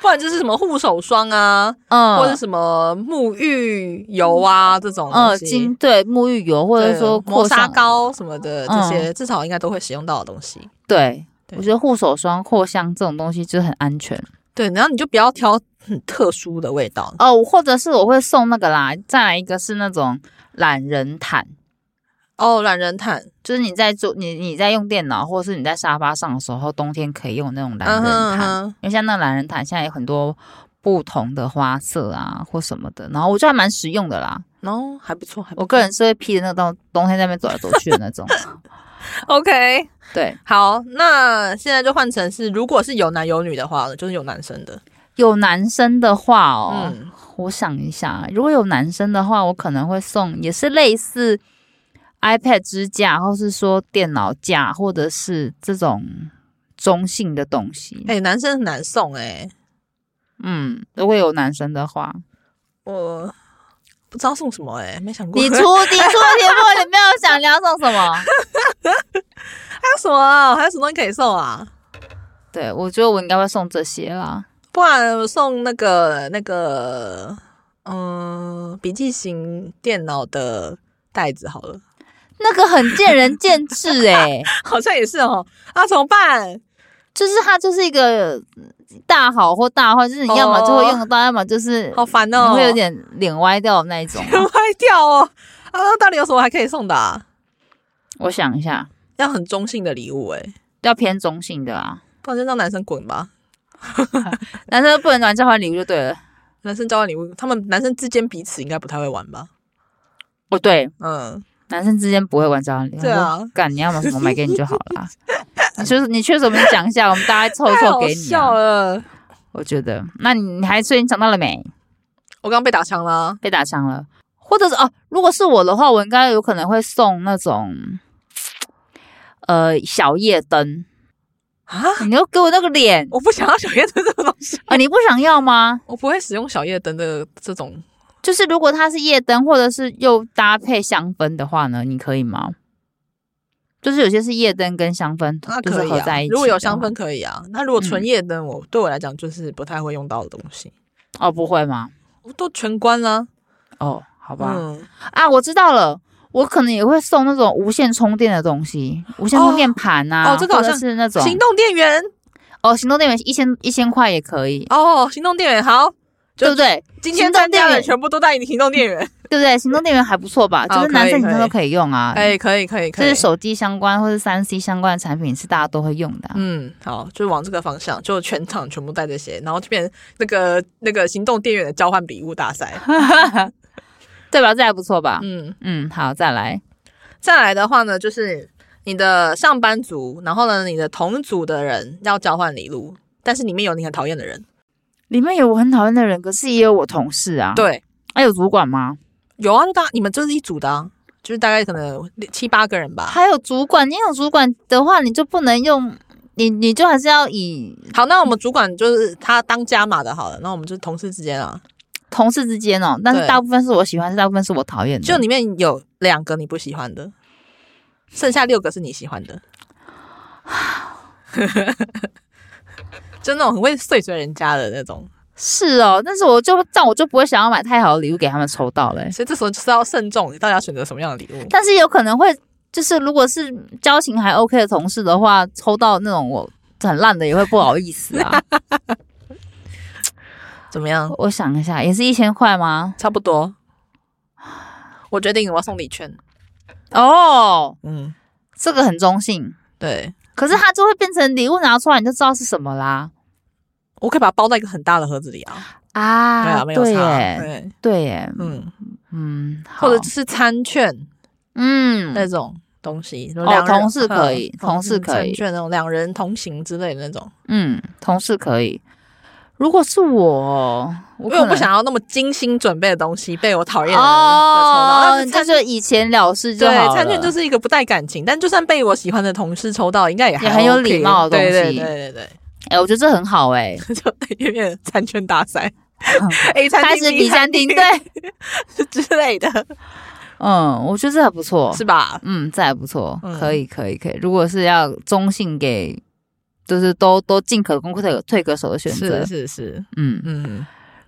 Speaker 1: 不然就是什么护手霜啊，
Speaker 2: 嗯，
Speaker 1: 或者什么沐浴油啊这种
Speaker 2: 嗯
Speaker 1: 东西
Speaker 2: 精对沐浴油，或者
Speaker 1: 对
Speaker 2: 说扩
Speaker 1: 磨砂
Speaker 2: 香，
Speaker 1: 膏什么的，这些至少应该都会使用到的东西。
Speaker 2: 对。
Speaker 1: 对
Speaker 2: 我觉得护手霜、扩香这种东西就很安全
Speaker 1: 对，然后你就不要挑很特殊的味道
Speaker 2: 哦，或者是我会送那个啦，再来一个是那种懒人毯，
Speaker 1: 哦，懒人毯，
Speaker 2: 就是你在做你你在用电脑或者是你在沙发上的时候，冬天可以用那种懒
Speaker 1: 嗯
Speaker 2: 人
Speaker 1: 哼嗯
Speaker 2: 毯，
Speaker 1: 哼，
Speaker 2: 因为像那个懒人毯现在有很多不同的花色啊或什么的，然后我觉得还蛮实用的啦。
Speaker 1: 然后哦还不错，还不
Speaker 2: 我
Speaker 1: 错
Speaker 2: 个人是会披着那个冬冬天在那边走来走去 的那种，
Speaker 1: OK。
Speaker 2: 对，
Speaker 1: 好，那现在就换成是，如果是有男有女的话了，就是有男生的，
Speaker 2: 有男生的话哦，
Speaker 1: 嗯
Speaker 2: 我想一下，如果有男生的话，我可能会送也是类似 iPad 支架，或是说电脑架，或者是这种中性的东西。
Speaker 1: 哎、男生很难送哎、
Speaker 2: 嗯，如果有男生的话，
Speaker 1: 我不知道送什么哎、没想 过。
Speaker 2: 你出你出题目，你没有想你要送什么？
Speaker 1: 还有什么啊？还有什么东西可以送啊？
Speaker 2: 对，我觉得我应该会送这些啦。
Speaker 1: 不然我送那个那个，嗯、笔记型电脑的袋子好了，
Speaker 2: 那个很见仁见智诶、
Speaker 1: 好像也是哦。啊，怎么办？
Speaker 2: 就是它就是一个大好或大坏，就是你要么就会用得到，要么就是
Speaker 1: 好烦
Speaker 2: 你
Speaker 1: 哦，
Speaker 2: 会 有点脸歪掉的那一种啊、
Speaker 1: 歪掉哦。啊，到底有什么还可以送的、啊？
Speaker 2: 我想一下，
Speaker 1: 要很中性的礼物哎、
Speaker 2: 要偏中性的啊，
Speaker 1: 不然就让男生滚吧。
Speaker 2: 男生不能玩交换礼物就对了。
Speaker 1: 男生交换礼物，他们男生之间彼此应该不太会玩吧？
Speaker 2: 哦，对，
Speaker 1: 嗯，
Speaker 2: 男生之间不会玩交换礼物。
Speaker 1: 对啊
Speaker 2: 我说干，你要买什么买给你就好了。啊你就是你缺什么你讲一下，我们大家凑一
Speaker 1: 太
Speaker 2: 凑
Speaker 1: 好
Speaker 2: 给你、
Speaker 1: 笑
Speaker 2: 啊。
Speaker 1: 了。
Speaker 2: 我觉得，那你你还所以你想到了没？
Speaker 1: 我刚刚被打枪了啊，
Speaker 2: 被打伤了，或者是哦，如果是我的话，我应该有可能会送那种。呃，小夜灯，
Speaker 1: 啊
Speaker 2: 你就给我那个脸
Speaker 1: 我不想要小夜灯这种 东西，
Speaker 2: 啊！你不想要吗？
Speaker 1: 我不会使用小夜灯的这种。
Speaker 2: 就是如果它是夜灯，或者是又搭配香氛的话呢，你可以吗？就是有些是夜灯跟香氛，
Speaker 1: 那
Speaker 2: 就是
Speaker 1: 可以
Speaker 2: 合
Speaker 1: 啊
Speaker 2: 在一起、嗯
Speaker 1: 如果有香氛，可以啊。那如果纯夜灯，我对我来讲就是不太会用到的东西，
Speaker 2: 哦，不会吗？
Speaker 1: 我都全关了。啊
Speaker 2: 哦，好吧，
Speaker 1: 嗯，
Speaker 2: 啊，我知道了。我可能也会送那种无线充电的东西，无线充电盘呐、
Speaker 1: 哦这个好像
Speaker 2: 或者是那种
Speaker 1: 行动电源
Speaker 2: 哦，行动电源一千一千块也可以，
Speaker 1: 哦，行动电源好，就
Speaker 2: 对不对？
Speaker 1: 今天
Speaker 2: 行动
Speaker 1: 参加
Speaker 2: 电
Speaker 1: 的
Speaker 2: 源
Speaker 1: 全部都带你行动电源。
Speaker 2: 对不对？行动电源还不错吧？就
Speaker 1: 哦
Speaker 2: 是男
Speaker 1: 可以
Speaker 2: 生女生
Speaker 1: 可以
Speaker 2: 都可以用啊。
Speaker 1: 哎，可以可以可
Speaker 2: 这
Speaker 1: 以，
Speaker 2: 是手机相关或是三 C 相关的产品，是大家都会用的啊、
Speaker 1: 嗯，好，就往这个方向，就全场全部带这些，然后就变那个那个行动电源的交换礼物大赛。
Speaker 2: 对吧？这还不错吧？
Speaker 1: 嗯，
Speaker 2: 嗯，好，再来。
Speaker 1: 再来的话呢，就是你的上班族，然后呢，你的同组的人要交换礼物，但是里面有你很讨厌的人。
Speaker 2: 里面有我很讨厌的人，可是也有我同事啊。，
Speaker 1: 对，
Speaker 2: 还、有主管吗？
Speaker 1: 有啊，就大你们就是一组的、啊，就是大概可能七八个人吧。
Speaker 2: 还有主管，你有主管的话，你就不能用，你你就还是要以
Speaker 1: 好，那我们主管就是他当加码的，好了，那我们就是同事之间啊，
Speaker 2: 同事之间哦。但是
Speaker 1: 对
Speaker 2: 大部分是我喜欢，大部分是我讨厌的。
Speaker 1: 就里面有两个你不喜欢的，剩下六个是你喜欢的， 就那种很会碎嘴人家的那种，
Speaker 2: 是哦，但是我就这样，我就不会想要买太好的礼物给他们抽到嘞、
Speaker 1: 所以这时候就是要慎重，你到底要选择什么样的礼物？
Speaker 2: 但是有可能会，就是如果是交情还 OK 的同事的话，抽到那种我很烂的也会不好意思 啊。
Speaker 1: 怎么样？
Speaker 2: 我想一下，也是一千块吗？
Speaker 1: 差不多。我决定我要送礼券。
Speaker 2: 哦，
Speaker 1: 嗯，
Speaker 2: 这个很中性，
Speaker 1: 对，
Speaker 2: 可是它就会变成礼物拿出来你就知道是什么啦。
Speaker 1: 我可以把它包在一个很大的盒子里啊。对
Speaker 2: 啊，
Speaker 1: 啊，没有差。
Speaker 2: 耶，
Speaker 1: 对，
Speaker 2: 对耶，
Speaker 1: 嗯，
Speaker 2: 嗯，
Speaker 1: 或者
Speaker 2: 好
Speaker 1: 是餐券
Speaker 2: 嗯，
Speaker 1: 那种东西，
Speaker 2: 哦
Speaker 1: 两人
Speaker 2: 同事可以
Speaker 1: 嗯
Speaker 2: 同事可以
Speaker 1: 餐券那种两人同行之类的那种。
Speaker 2: 嗯，同事可以。如果是我，我
Speaker 1: 因
Speaker 2: 可
Speaker 1: 为我不
Speaker 2: 能
Speaker 1: 想要那么精心准备的东西被我讨厌的人抽
Speaker 2: 哦
Speaker 1: 到。，
Speaker 2: 那就以前了事就
Speaker 1: 对，
Speaker 2: 好了。
Speaker 1: 餐券就是一个不带感情，但就算被我喜欢的同事抽到，应该也还
Speaker 2: 也很有
Speaker 1: OK
Speaker 2: 礼貌的东西
Speaker 1: 对对对对
Speaker 2: 哎、我觉得这很好 哎、
Speaker 1: 对，就有点餐券大赛，A 餐
Speaker 2: 开
Speaker 1: 厅
Speaker 2: 始
Speaker 1: B
Speaker 2: 比餐厅，对，
Speaker 1: 之类的，
Speaker 2: 嗯，我觉得这还不错，
Speaker 1: 是吧？
Speaker 2: 嗯，这还不错，
Speaker 1: 嗯
Speaker 2: 可以，可以，可以。如果是要中性给，就是都都进可攻退可退可守的选择
Speaker 1: 是，是是，
Speaker 2: 嗯。
Speaker 1: 嗯，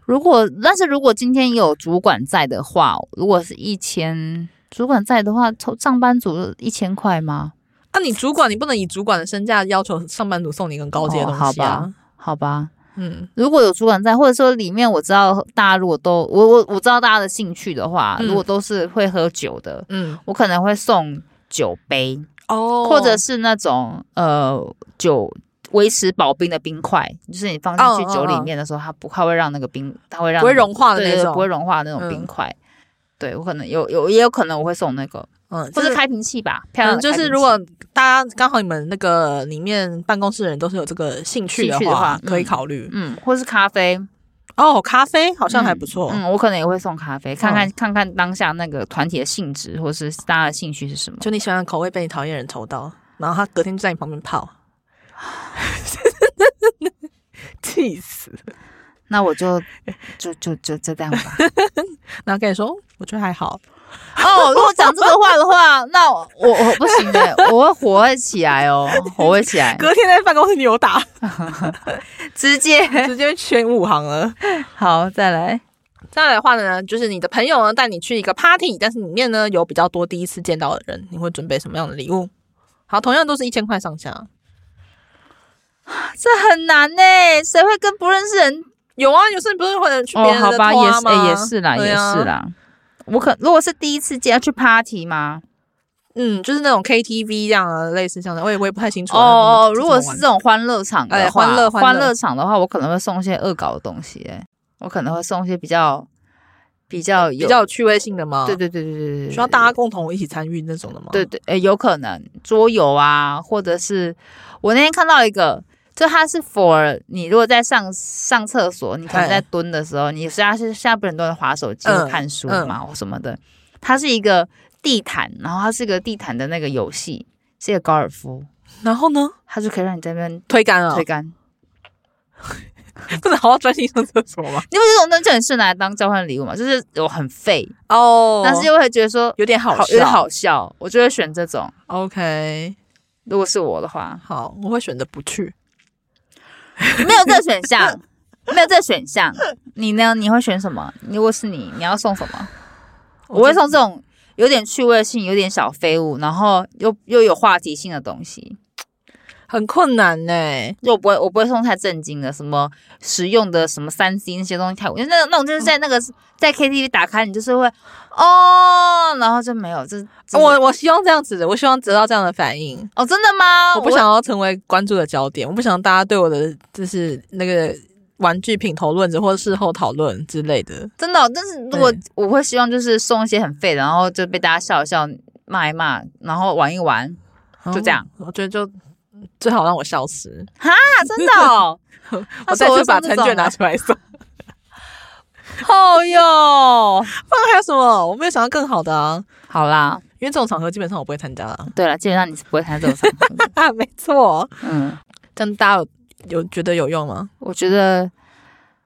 Speaker 2: 如果但是如果今天有主管在的话，如果是一千主管在的话，抽上班族一千块吗？
Speaker 1: 那、你主管，你不能以主管的身价要求上班族送你更高级的
Speaker 2: 哦
Speaker 1: 东西
Speaker 2: 好
Speaker 1: 啊
Speaker 2: 吧。好吧，
Speaker 1: 嗯
Speaker 2: 如果有主管在，或者说里面我知道大家如果都我我我知道大家的兴趣的话，
Speaker 1: 嗯
Speaker 2: 如果都是会喝酒的，
Speaker 1: 嗯，
Speaker 2: 我可能会送酒杯，
Speaker 1: 哦
Speaker 2: 或者是那种呃酒维持保冰的冰块，就是你放进去酒里面的时候，它不它会让那个冰，它会让
Speaker 1: 不会融化的
Speaker 2: 对
Speaker 1: 那种，
Speaker 2: 对对不会融化的那种冰块。对我可能有有也有可能我会送那个，
Speaker 1: 嗯，
Speaker 2: 或
Speaker 1: 就是
Speaker 2: 者开瓶器吧，漂
Speaker 1: 可
Speaker 2: 亮
Speaker 1: 能
Speaker 2: 的
Speaker 1: 就
Speaker 2: 开瓶
Speaker 1: 是
Speaker 2: 器
Speaker 1: 如果大家刚好你们那个里面办公室的人都是有这个兴趣的
Speaker 2: 兴趣的话
Speaker 1: 可以
Speaker 2: 嗯
Speaker 1: 考虑。
Speaker 2: 嗯，或是咖啡，
Speaker 1: 哦，咖啡好像还不错。
Speaker 2: 嗯，我可能也会送咖啡，看
Speaker 1: 哦
Speaker 2: 看、看看当下那个团体的性质，或是大家的兴趣是 什么。
Speaker 1: 就你喜欢的口味被你讨厌的人抽到，然后他隔天就在你旁边泡， 气死！
Speaker 2: 那我就就就就就这样吧。
Speaker 1: 然后跟你说，我觉得还好，
Speaker 2: 哦，如果讲这个话的话，那我我我不行的，我会火会起来 哦，火会起来，
Speaker 1: 隔天在办公室扭 打，
Speaker 2: 直接
Speaker 1: 直接全五行了。
Speaker 2: 好再来。
Speaker 1: 再来的话呢，就是你的朋友呢带你去一个 party，但是里面呢有比较多第一次见到的人，你会准备什么样的礼物？好，同样都是一千块上下。
Speaker 2: 这很难呢、谁会跟不认识人？
Speaker 1: 有啊，有时候你不是会去别
Speaker 2: 哦，
Speaker 1: 人
Speaker 2: 好
Speaker 1: 的
Speaker 2: 吧，
Speaker 1: 拖
Speaker 2: 也
Speaker 1: 啊
Speaker 2: 是、
Speaker 1: 吗、
Speaker 2: 哎也是啦，
Speaker 1: 对
Speaker 2: 也
Speaker 1: 啊
Speaker 2: 是。啦。我可如果是第一次见要去 party 吗？
Speaker 1: 嗯，就是那种 KTV 这样的，类似像这样，我也我也不太清楚啊。
Speaker 2: 哦
Speaker 1: 你们
Speaker 2: 哦，如
Speaker 1: 怎么
Speaker 2: 果
Speaker 1: 玩
Speaker 2: 是这种欢乐场的话，
Speaker 1: 哎欢乐欢乐
Speaker 2: 欢乐场的话，我可能会送一些恶搞的东西、哎，我可能会送一些比较比较有
Speaker 1: 比较有趣味性的吗？
Speaker 2: 对对对对对对，
Speaker 1: 需要大家共同一起参与那种的吗？
Speaker 2: 对对，诶、有可能桌游啊，或者是我那天看到一个，就它是 for 你如果在上上厕所，你可能
Speaker 1: 哎
Speaker 2: 在蹲的时候，你虽然是现在不是很多人划手机、
Speaker 1: 嗯
Speaker 2: 或看书嘛、或什么的，它是一个地毯，然后它是一个地毯的那个游戏，是一个高尔夫，
Speaker 1: 然后呢？
Speaker 2: 它就可以让你在那边
Speaker 1: 推杆啊
Speaker 2: 推，杆。
Speaker 1: 不 能好好专心上厕所吗？
Speaker 2: 因为这种东西很适合拿来当交换礼物嘛，就是有很废，
Speaker 1: 哦
Speaker 2: 但是又会觉得说
Speaker 1: 有点好
Speaker 2: 有
Speaker 1: 笑。
Speaker 2: 点好笑，我就会选这种。
Speaker 1: OK，
Speaker 2: 如果是我的话，
Speaker 1: 好，我会选择不去。
Speaker 2: 没有这个选项，没有这个选项。你呢？你会选什么？如果是你，你要送什么？我会
Speaker 1: 就
Speaker 2: 送这种有点趣味性、有点小废物，然后又又有话题性的东西。
Speaker 1: 很困难呢、
Speaker 2: 就我不会，我不会送太震惊的，什么实用的，什么三 C 那些东西太无，因为那那种就是在那个在 KTV 打开，你就是会哦，然后就没有这这
Speaker 1: 我我希望这样子的，我希望得到这样的反应。
Speaker 2: 哦，真的吗？
Speaker 1: 我不想要成为关注的焦点，我不想大家对我的就是那个玩具品头论足或者事后讨论之类的。
Speaker 2: 真的哦、但是如果
Speaker 1: 对
Speaker 2: 我会希望就是送一些很废的，然后就被大家笑一笑、骂一骂，然后玩一玩，就这样
Speaker 1: 嗯，我觉得就最好让我消失，
Speaker 2: 啊，真的、 哦，
Speaker 1: 我
Speaker 2: 那
Speaker 1: 再
Speaker 2: 时候
Speaker 1: 去把
Speaker 2: 就送这
Speaker 1: 餐
Speaker 2: 种啊
Speaker 1: 券拿
Speaker 2: 了
Speaker 1: 出来送。
Speaker 2: 哦哟，
Speaker 1: 不然还有什么？我没有想到更好的啊，
Speaker 2: 好啦，
Speaker 1: 因为这种场合基本上我不会参加啊 了。
Speaker 2: 对了，基本上你是不会参加这种 场合的，
Speaker 1: 啊，没错。
Speaker 2: 嗯，
Speaker 1: 但大家有有觉得有用吗？
Speaker 2: 我觉得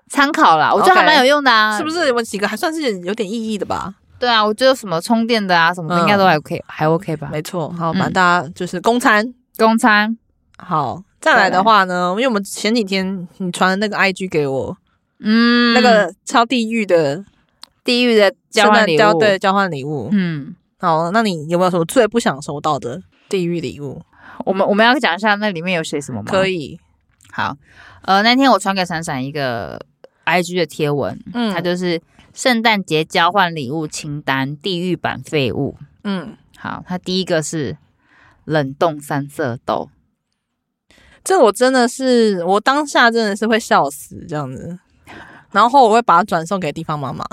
Speaker 2: 参考啦，我觉得
Speaker 1: OK
Speaker 2: 还蛮有用的啊
Speaker 1: 是不？是我几个还算是有点意义的吧？
Speaker 2: 对啊，我觉得什么充电的啊，什么
Speaker 1: 嗯
Speaker 2: 的应该都还 OK，、还 OK 吧？
Speaker 1: 没错，好，
Speaker 2: 嗯
Speaker 1: 反正大家就是公餐。
Speaker 2: 公餐，
Speaker 1: 好，再来的话呢，因为我们前几天你传的那个 IG 给我，
Speaker 2: 嗯，
Speaker 1: 那个超地狱的
Speaker 2: 地狱的交
Speaker 1: 圣
Speaker 2: 换
Speaker 1: 诞
Speaker 2: 礼
Speaker 1: 交
Speaker 2: 物，
Speaker 1: 对，交换礼物。
Speaker 2: 嗯。
Speaker 1: 好，那你有没有什么最不想收到的地狱礼物？
Speaker 2: 我们我们要讲一下那里面有写什么吗？
Speaker 1: 可
Speaker 2: 以。
Speaker 1: 以，
Speaker 2: 好，呃，那天我传给闪闪一个 IG 的贴文，
Speaker 1: 嗯
Speaker 2: 它就是圣诞节交换礼物清单地狱版废物。
Speaker 1: 嗯，
Speaker 2: 好，它第一个是冷冻三色豆，
Speaker 1: 这我真的是，我当下真的是会笑死这样 子，然后我会把它转送给地方妈妈。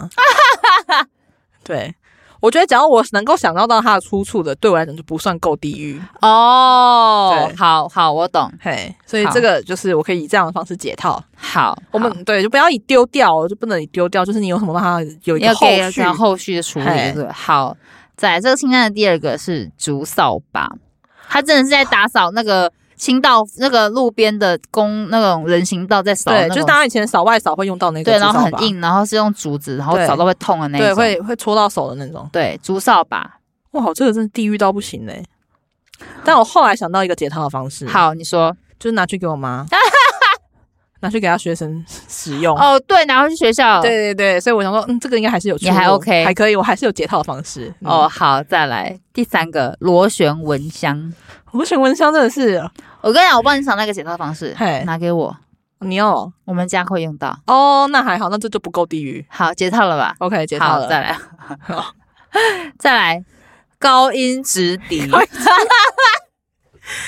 Speaker 1: 对，我觉得只要我能够想到到它的出处的，对我来讲就不算够地狱。
Speaker 2: 哦
Speaker 1: 对，
Speaker 2: 好好，我懂。
Speaker 1: 嘿，所以
Speaker 2: 好
Speaker 1: 这个就是我可以以这样的方式解套。
Speaker 2: 好，
Speaker 1: 我
Speaker 2: 好
Speaker 1: 们对就不要以丢掉，哦就不能以丢掉，就是你有什么办法有一个
Speaker 2: 要
Speaker 1: 后
Speaker 2: 给人
Speaker 1: 续
Speaker 2: 家后续的处理，
Speaker 1: 嘿
Speaker 2: 对不对？好，在这个清单的第二个是竹扫把，他真的是在打扫那个清道那个路边的公那种人行道，在扫那
Speaker 1: 对，
Speaker 2: 种
Speaker 1: 就是大家以前扫外扫会用到那个，
Speaker 2: 对，然后很，硬，然后是用竹子，然后
Speaker 1: 对
Speaker 2: 扫到会痛的那一
Speaker 1: 对，
Speaker 2: 种，
Speaker 1: 会会戳到手的那种。
Speaker 2: 对，竹扫把。
Speaker 1: 哇，这个真的地狱到不行嘞、但我后来想到一个解套的方式，，
Speaker 2: 好，你说
Speaker 1: 就是拿去给我 妈，拿去给她学生使用。
Speaker 2: 哦，对，拿回去学校。
Speaker 1: 对对对，所以我想说，嗯，这个应该还是有出路，
Speaker 2: 也还 OK
Speaker 1: 还可以，我还是有解套的方式。嗯
Speaker 2: 哦，，好，再来第三个螺旋蚊香。
Speaker 1: 我选蚊香真的是，
Speaker 2: 我跟你讲，我帮你想那个解套方式
Speaker 1: 嘿，
Speaker 2: 拿给我，
Speaker 1: 你要
Speaker 2: 我们家会用到。
Speaker 1: 哦，那还好，那这就不够地狱。
Speaker 2: 好，解套了吧？
Speaker 1: OK，解套
Speaker 2: 好，
Speaker 1: 了。
Speaker 2: 再来，再来， 高音直 笛。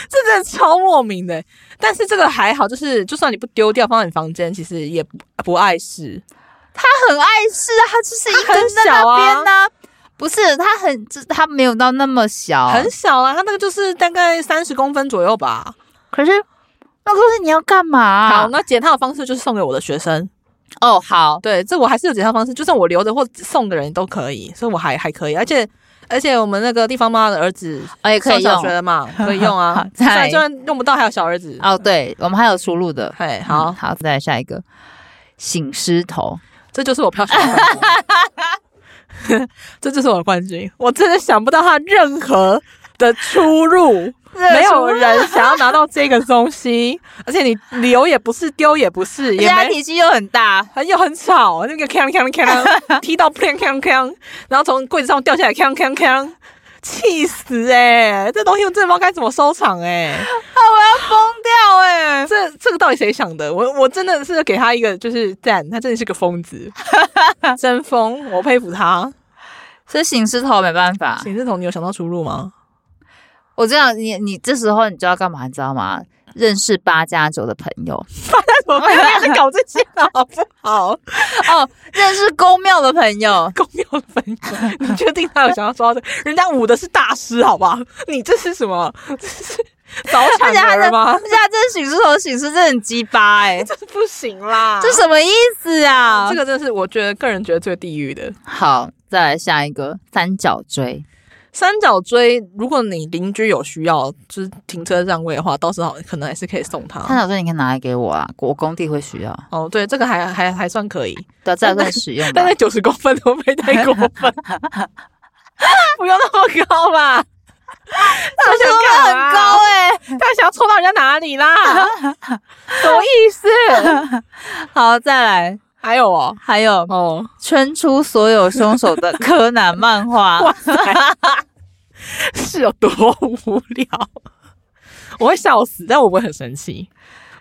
Speaker 1: 这真的超莫名的欸。但是这个还好，就是就算你不丢掉，放在你房间，其实也不不碍事。
Speaker 2: 他很碍事啊，他就是一根在
Speaker 1: 它很小
Speaker 2: 那
Speaker 1: 啊
Speaker 2: 边呢、不是，他很，这他没有到那么小，
Speaker 1: 很小啊，它那个就是大概三十公分左右吧。
Speaker 2: 可是那可是你要干嘛、
Speaker 1: 好，那解套的方式就是送给我的学生。
Speaker 2: 哦，好，
Speaker 1: 对，这我还是有解套方式，就算我留着或送的人都可以，所以我还还可以。而且而且我们那个地方妈妈的儿子
Speaker 2: 哦，也可
Speaker 1: 上
Speaker 2: 以
Speaker 1: 小学
Speaker 2: 用。
Speaker 1: 了 嘛，可以用
Speaker 2: 好
Speaker 1: 啊。虽
Speaker 2: 再来
Speaker 1: 然虽然用不到，还有小儿子。
Speaker 2: 哦，对，我们还有出路的。
Speaker 1: 嘿，
Speaker 2: 嗯
Speaker 1: 好，
Speaker 2: 好，再来下一个，醒狮头。
Speaker 1: 这就是我票选的冠 军，这就是我的冠军。我真的想不到他任何的出 路。没有人想要拿到这个东西，而且你留也不是，丢也不 是，也
Speaker 2: 人家
Speaker 1: 没
Speaker 2: 体积又 很大，
Speaker 1: 很又很吵，那个锵锵 锵踢到砰锵锵，然后从柜子上掉下来锵锵锵，气死哎、这东西我真的不知道该怎么收场哎、
Speaker 2: 疯掉哎、
Speaker 1: 这这个到底谁想的？我我真的是给他一个就是赞，他真的是个疯子， 真疯，我佩服他。
Speaker 2: 所以醒狮头没办法。
Speaker 1: 邢志彤，你有想到出路 吗？
Speaker 2: 我知道你，你这时候你就要干嘛，你知道吗？认识八加九的朋 友，
Speaker 1: 我不要再搞这些了，好不好？
Speaker 2: 哦，认识公庙的朋友，
Speaker 1: 公庙的朋友，你确定他有想要说到这？人家舞的是大师，好不好？你这是什么？这是早
Speaker 2: 而且
Speaker 1: 产
Speaker 2: 他
Speaker 1: 儿
Speaker 2: 的，
Speaker 1: 吗
Speaker 2: 而？且他这醒狮头醒狮真的很鸡巴 哎、
Speaker 1: 这是不行啦！
Speaker 2: 这什么意思啊？
Speaker 1: 啊这个真的是我觉得个人觉得最地狱的
Speaker 2: 好，再来下一个三角锥，
Speaker 1: 三角锥。如果你邻居有需要，就是停车让位的话，到时候可能还是可以送
Speaker 2: 三
Speaker 1: 他。
Speaker 2: 角锥你可以拿来给我啊，我工地会需要，
Speaker 1: 哦，对，这个还还还算可 以，
Speaker 2: 对啊，再来使用吧
Speaker 1: 但。那九十公分都没太过分， 不用那么高吧？
Speaker 2: 这
Speaker 1: 这
Speaker 2: 个
Speaker 1: 个
Speaker 2: 很
Speaker 1: 啊
Speaker 2: 高哎、
Speaker 1: 他想要戳到人家哪里啦？ 什么意思？
Speaker 2: 好，再来，
Speaker 1: 还有哦，
Speaker 2: 还有
Speaker 1: 哦，
Speaker 2: 圈出所有凶手的柯南漫 画，
Speaker 1: 是有多无聊？我会笑死，但我不会很生气。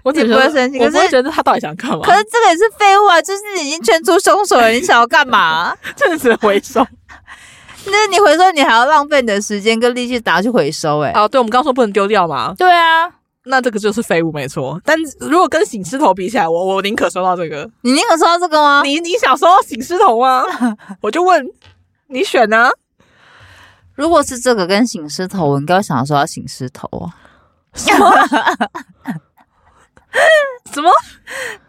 Speaker 1: 我只
Speaker 2: 你
Speaker 1: 觉
Speaker 2: 不会
Speaker 1: 得
Speaker 2: 生气
Speaker 1: 我
Speaker 2: 可
Speaker 1: 不会
Speaker 2: 是
Speaker 1: 觉得他到底想干嘛？
Speaker 2: 可是这个也是废物啊，就是你已经圈出凶手了，你想要 干嘛？
Speaker 1: 正是回 收。
Speaker 2: 那你回收，你还要浪费你的时间跟力气打去回收、欸，哎、
Speaker 1: 哦，对，我们刚说不能丢掉嘛，
Speaker 2: 对啊，
Speaker 1: 那这个就是废物没错。但如果跟醒狮头比起来，我我宁可收到这个。
Speaker 2: 你宁可收到这个吗？
Speaker 1: 你你想收到醒狮头吗？我就问你选啊呢、
Speaker 2: 如果是这个跟醒狮头，我应该想说要醒狮头啊，
Speaker 1: 什 么？什么？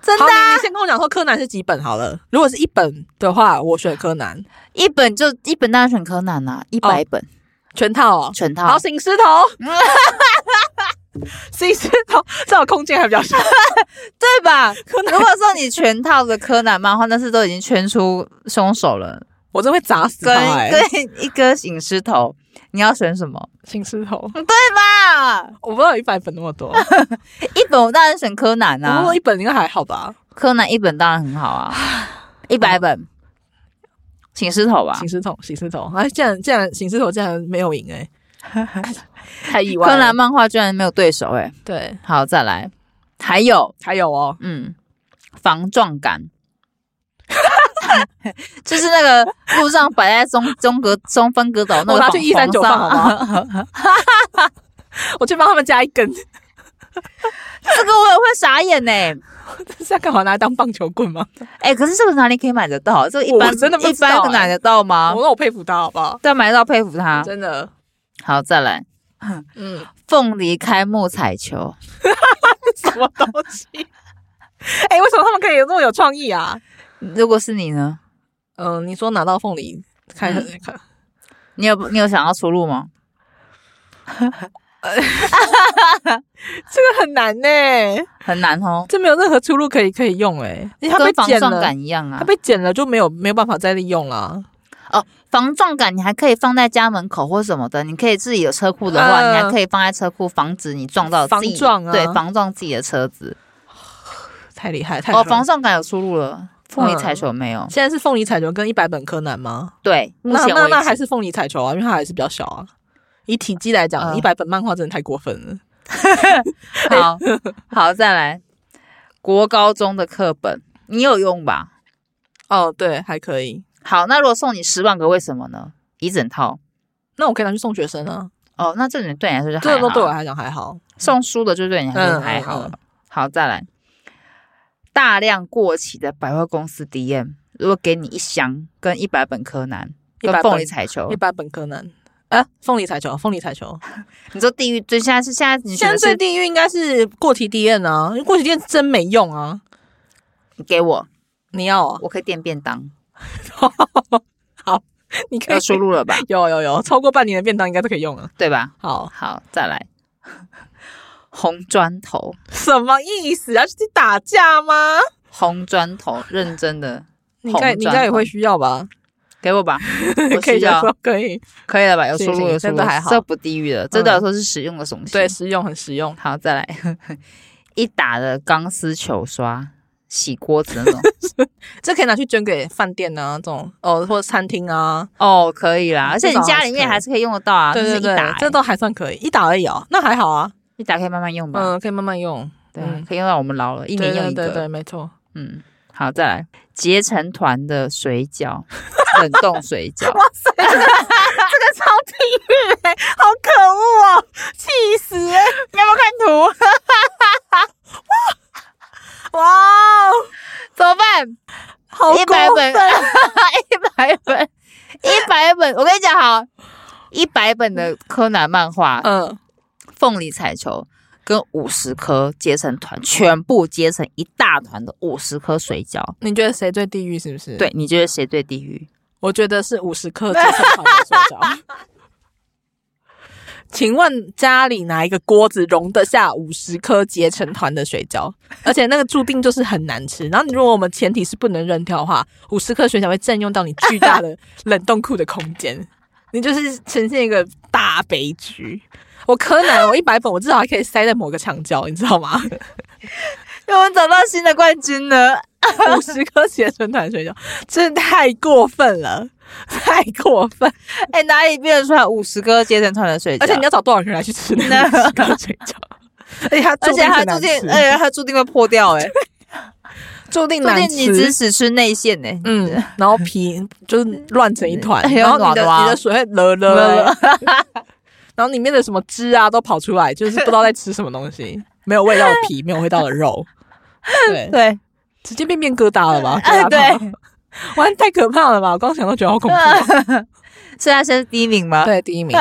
Speaker 2: 真啊
Speaker 1: 好，你你先跟我讲说柯南是几本好了。如果是一本的话，我选柯南
Speaker 2: 一本就一本当然选柯南啊，一百本、
Speaker 1: 全套哦。
Speaker 2: 全套
Speaker 1: 好，。醒狮头， 醒狮头，这种空间还比较小。
Speaker 2: 对吧？如果说你全套的柯南漫画，但是都已经圈出凶手了，
Speaker 1: 我真会砸死他、
Speaker 2: 跟
Speaker 1: 欸！
Speaker 2: 跟一颗醒狮头，你要选什么？
Speaker 1: 醒狮头，
Speaker 2: 对吧？
Speaker 1: 我不知道一百本那么 多，
Speaker 2: 一本我当然选柯南
Speaker 1: 不
Speaker 2: 啊
Speaker 1: 过，一本应该还好吧？
Speaker 2: 柯南一本当然很好啊， 一百本，醒狮头吧
Speaker 1: 醒，狮头，醒狮头，哎，竟然竟然醒狮头竟然没有赢哎、 太意外了。
Speaker 2: 柯南漫画居然没有对手哎、
Speaker 1: 对，
Speaker 2: 好，再来，还有
Speaker 1: 还有哦，
Speaker 2: 嗯，防撞杆， 就是那个路上摆在中 中隔中分隔岛那
Speaker 1: 我
Speaker 2: 个
Speaker 1: 拿
Speaker 2: 防，
Speaker 1: 去一三九
Speaker 2: 防
Speaker 1: 放好
Speaker 2: 上
Speaker 1: 吗？我去帮他们加一根，
Speaker 2: 这个我也会傻眼呢、
Speaker 1: 是要干嘛拿来当棒球棍吗？
Speaker 2: 哎、可是这个哪里可以买得到？这个一
Speaker 1: 我
Speaker 2: 般
Speaker 1: 真的不
Speaker 2: 一
Speaker 1: 知道
Speaker 2: 般
Speaker 1: 哎
Speaker 2: 买得到吗
Speaker 1: 我？让我佩服他好不好？
Speaker 2: 但买得到佩服他。
Speaker 1: 真的，
Speaker 2: 好，再来
Speaker 1: 啊嗯，
Speaker 2: 凤梨开幕彩球，
Speaker 1: 什么东西？ 哎、为什么他们可以有这么有创意啊？
Speaker 2: 如果是你呢？
Speaker 1: 嗯、你说拿到凤梨开开、看
Speaker 2: 你有你有想要出路吗？
Speaker 1: 这个很难欸呢、
Speaker 2: 很难 哦，
Speaker 1: 这没有任何出路可以可以用哎、因为它被
Speaker 2: 跟防
Speaker 1: 剪
Speaker 2: 撞
Speaker 1: 了，
Speaker 2: 杆一样
Speaker 1: 它
Speaker 2: 啊。
Speaker 1: 被剪了就没有没有办法再利用啦。
Speaker 2: 防撞杆你还可以放在家门口或什么的，你可以自己有车库的话，
Speaker 1: 嗯
Speaker 2: 你还可以放在车库，防止你撞到自己
Speaker 1: 防撞啊
Speaker 2: 对，防撞自己的车子。
Speaker 1: 太厉害，太
Speaker 2: 哦，
Speaker 1: 厉害
Speaker 2: 防撞杆有出路了，凤梨
Speaker 1: 嗯
Speaker 2: 彩球没有。
Speaker 1: 现在是凤梨彩球跟一百本柯南吗？
Speaker 2: 对，目
Speaker 1: 那
Speaker 2: 前
Speaker 1: 那
Speaker 2: 为
Speaker 1: 那
Speaker 2: 止
Speaker 1: 还是凤梨彩球啊，因为它还是比较小啊。以体积来讲，
Speaker 2: 嗯
Speaker 1: 一百、本漫画真的太过分了。
Speaker 2: 好好，再来国高中的课本，你有用吧？
Speaker 1: 哦，对，还可以。
Speaker 2: 好，那如果送你十万个为什么呢？一整套
Speaker 1: 那我可以拿去送学生啊，
Speaker 2: 哦，那这点对你来说就还
Speaker 1: 这
Speaker 2: 好
Speaker 1: 个都对我来讲还好。
Speaker 2: 送书的就对你来说
Speaker 1: 嗯
Speaker 2: 还好了。
Speaker 1: 嗯
Speaker 2: 好，再来大量过期的百货公司 DM，如果给你一箱跟一百本柯南。
Speaker 1: 一
Speaker 2: 跟
Speaker 1: 百
Speaker 2: 凤
Speaker 1: 本
Speaker 2: 梨彩球
Speaker 1: 一，百本柯南，啊，凤梨彩球，凤梨彩球。
Speaker 2: 你说地狱最现在是现在你
Speaker 1: 现
Speaker 2: 选
Speaker 1: 在
Speaker 2: 的
Speaker 1: 最
Speaker 2: 是
Speaker 1: 地狱应该是过期 D N 啊，因为过期 D N 真没用啊。
Speaker 2: 你给我，
Speaker 1: 你要、啊，
Speaker 2: 我可以垫便当，
Speaker 1: 你可以
Speaker 2: 要输入 了吧，
Speaker 1: 有有有，超过半年的便当应该都可以用了。啊
Speaker 2: 对吧？
Speaker 1: 好，
Speaker 2: 好，再来 红砖头，
Speaker 1: 什么意思？要去打架吗？
Speaker 2: 红砖头，认真的，
Speaker 1: 你应该
Speaker 2: 红砖
Speaker 1: 你应该也会需要 吧？
Speaker 2: 给我吧，我
Speaker 1: 可以
Speaker 2: 需
Speaker 1: 的
Speaker 2: 要，
Speaker 1: 时候可以，
Speaker 2: 可以了吧？有
Speaker 1: 行
Speaker 2: 输入
Speaker 1: 行
Speaker 2: 有输入
Speaker 1: 这都还好嗯
Speaker 2: 这不地狱的，这对我来说是实用的东西。
Speaker 1: 对，，实用很实用。
Speaker 2: 好，再来 一打的钢丝球刷，洗锅子那种，
Speaker 1: 这可以拿去捐给饭店啊，这种哦，或者餐厅啊，
Speaker 2: 哦，可 以啦，而
Speaker 1: 这
Speaker 2: 且你
Speaker 1: 种
Speaker 2: 家
Speaker 1: 还是
Speaker 2: 里面
Speaker 1: 可以
Speaker 2: 还是可以用得到啊，
Speaker 1: 对
Speaker 2: 就是
Speaker 1: 对对
Speaker 2: 一打，，
Speaker 1: 这都还算可以，一打而已哦，那还好啊，
Speaker 2: 一打可以慢慢用吧，
Speaker 1: 嗯，可以慢慢用，
Speaker 2: 对啊
Speaker 1: 嗯，
Speaker 2: 可以用到我们老了，一
Speaker 1: 一
Speaker 2: 年用
Speaker 1: 对
Speaker 2: 一
Speaker 1: 对对
Speaker 2: 个，
Speaker 1: 对，没错，
Speaker 2: 嗯，好，再来结成团的水饺，冷冻水 饺，
Speaker 1: 这个超地狱、欸，好可恶哦，气死、欸！
Speaker 2: 你有没有看图？
Speaker 1: 哇哦，
Speaker 2: 怎么办？
Speaker 1: 好
Speaker 2: 一百
Speaker 1: 过
Speaker 2: 本，
Speaker 1: 分
Speaker 2: 一百本，一百本。我跟你讲好，一百本的柯南漫画，《
Speaker 1: 嗯，
Speaker 2: 凤梨彩球》跟五十颗结成团，全部结成一大团的五十颗水饺。
Speaker 1: 你觉得谁最地狱？是不是？
Speaker 2: 对，，你觉得谁最地狱？
Speaker 1: 我觉得是五十克制成团的水饺。请问家里哪一个锅子容得下五十颗结成团的水饺？而且那个注定就是很难吃。然后，如果我们前提是不能扔掉的话，五十颗水饺会占用到你巨大的冷冻库的空间，你就是呈现一个大悲剧。我柯南，我一百本，我至少还可以塞在某个墙角，你知道吗？
Speaker 2: 我们找到新的冠 军了。
Speaker 1: 五十颗结成团水饺，真的太过分了，太过分！
Speaker 2: 哎、哪里变得出来五十颗结成团的水饺？
Speaker 1: 而且你要找多少人来去吃那个 十颗水饺？而且它
Speaker 2: 而且它注定，而且它注定会破掉、哎，
Speaker 1: 哎注定
Speaker 2: 注
Speaker 1: 难
Speaker 2: 定你只
Speaker 1: 吃。
Speaker 2: 只吃内馅呢、哎
Speaker 1: 嗯，然后皮就是乱成一团，
Speaker 2: 哎呦
Speaker 1: 然后你的
Speaker 2: 暖暖
Speaker 1: 你的水会勒
Speaker 2: 勒
Speaker 1: 勒， 然后里面的什么汁啊都跑出来，就是不知道在吃什么东西， 没有味道的皮，没有味道的肉， 对，
Speaker 2: 对，
Speaker 1: 直接变面疙瘩了 吧？
Speaker 2: 哎
Speaker 1: 疙瘩
Speaker 2: 对
Speaker 1: 包，哇，太可怕了吧！我刚想都觉得好恐怖。
Speaker 2: 所以它 现在是第一名吗？
Speaker 1: 对，第一 名。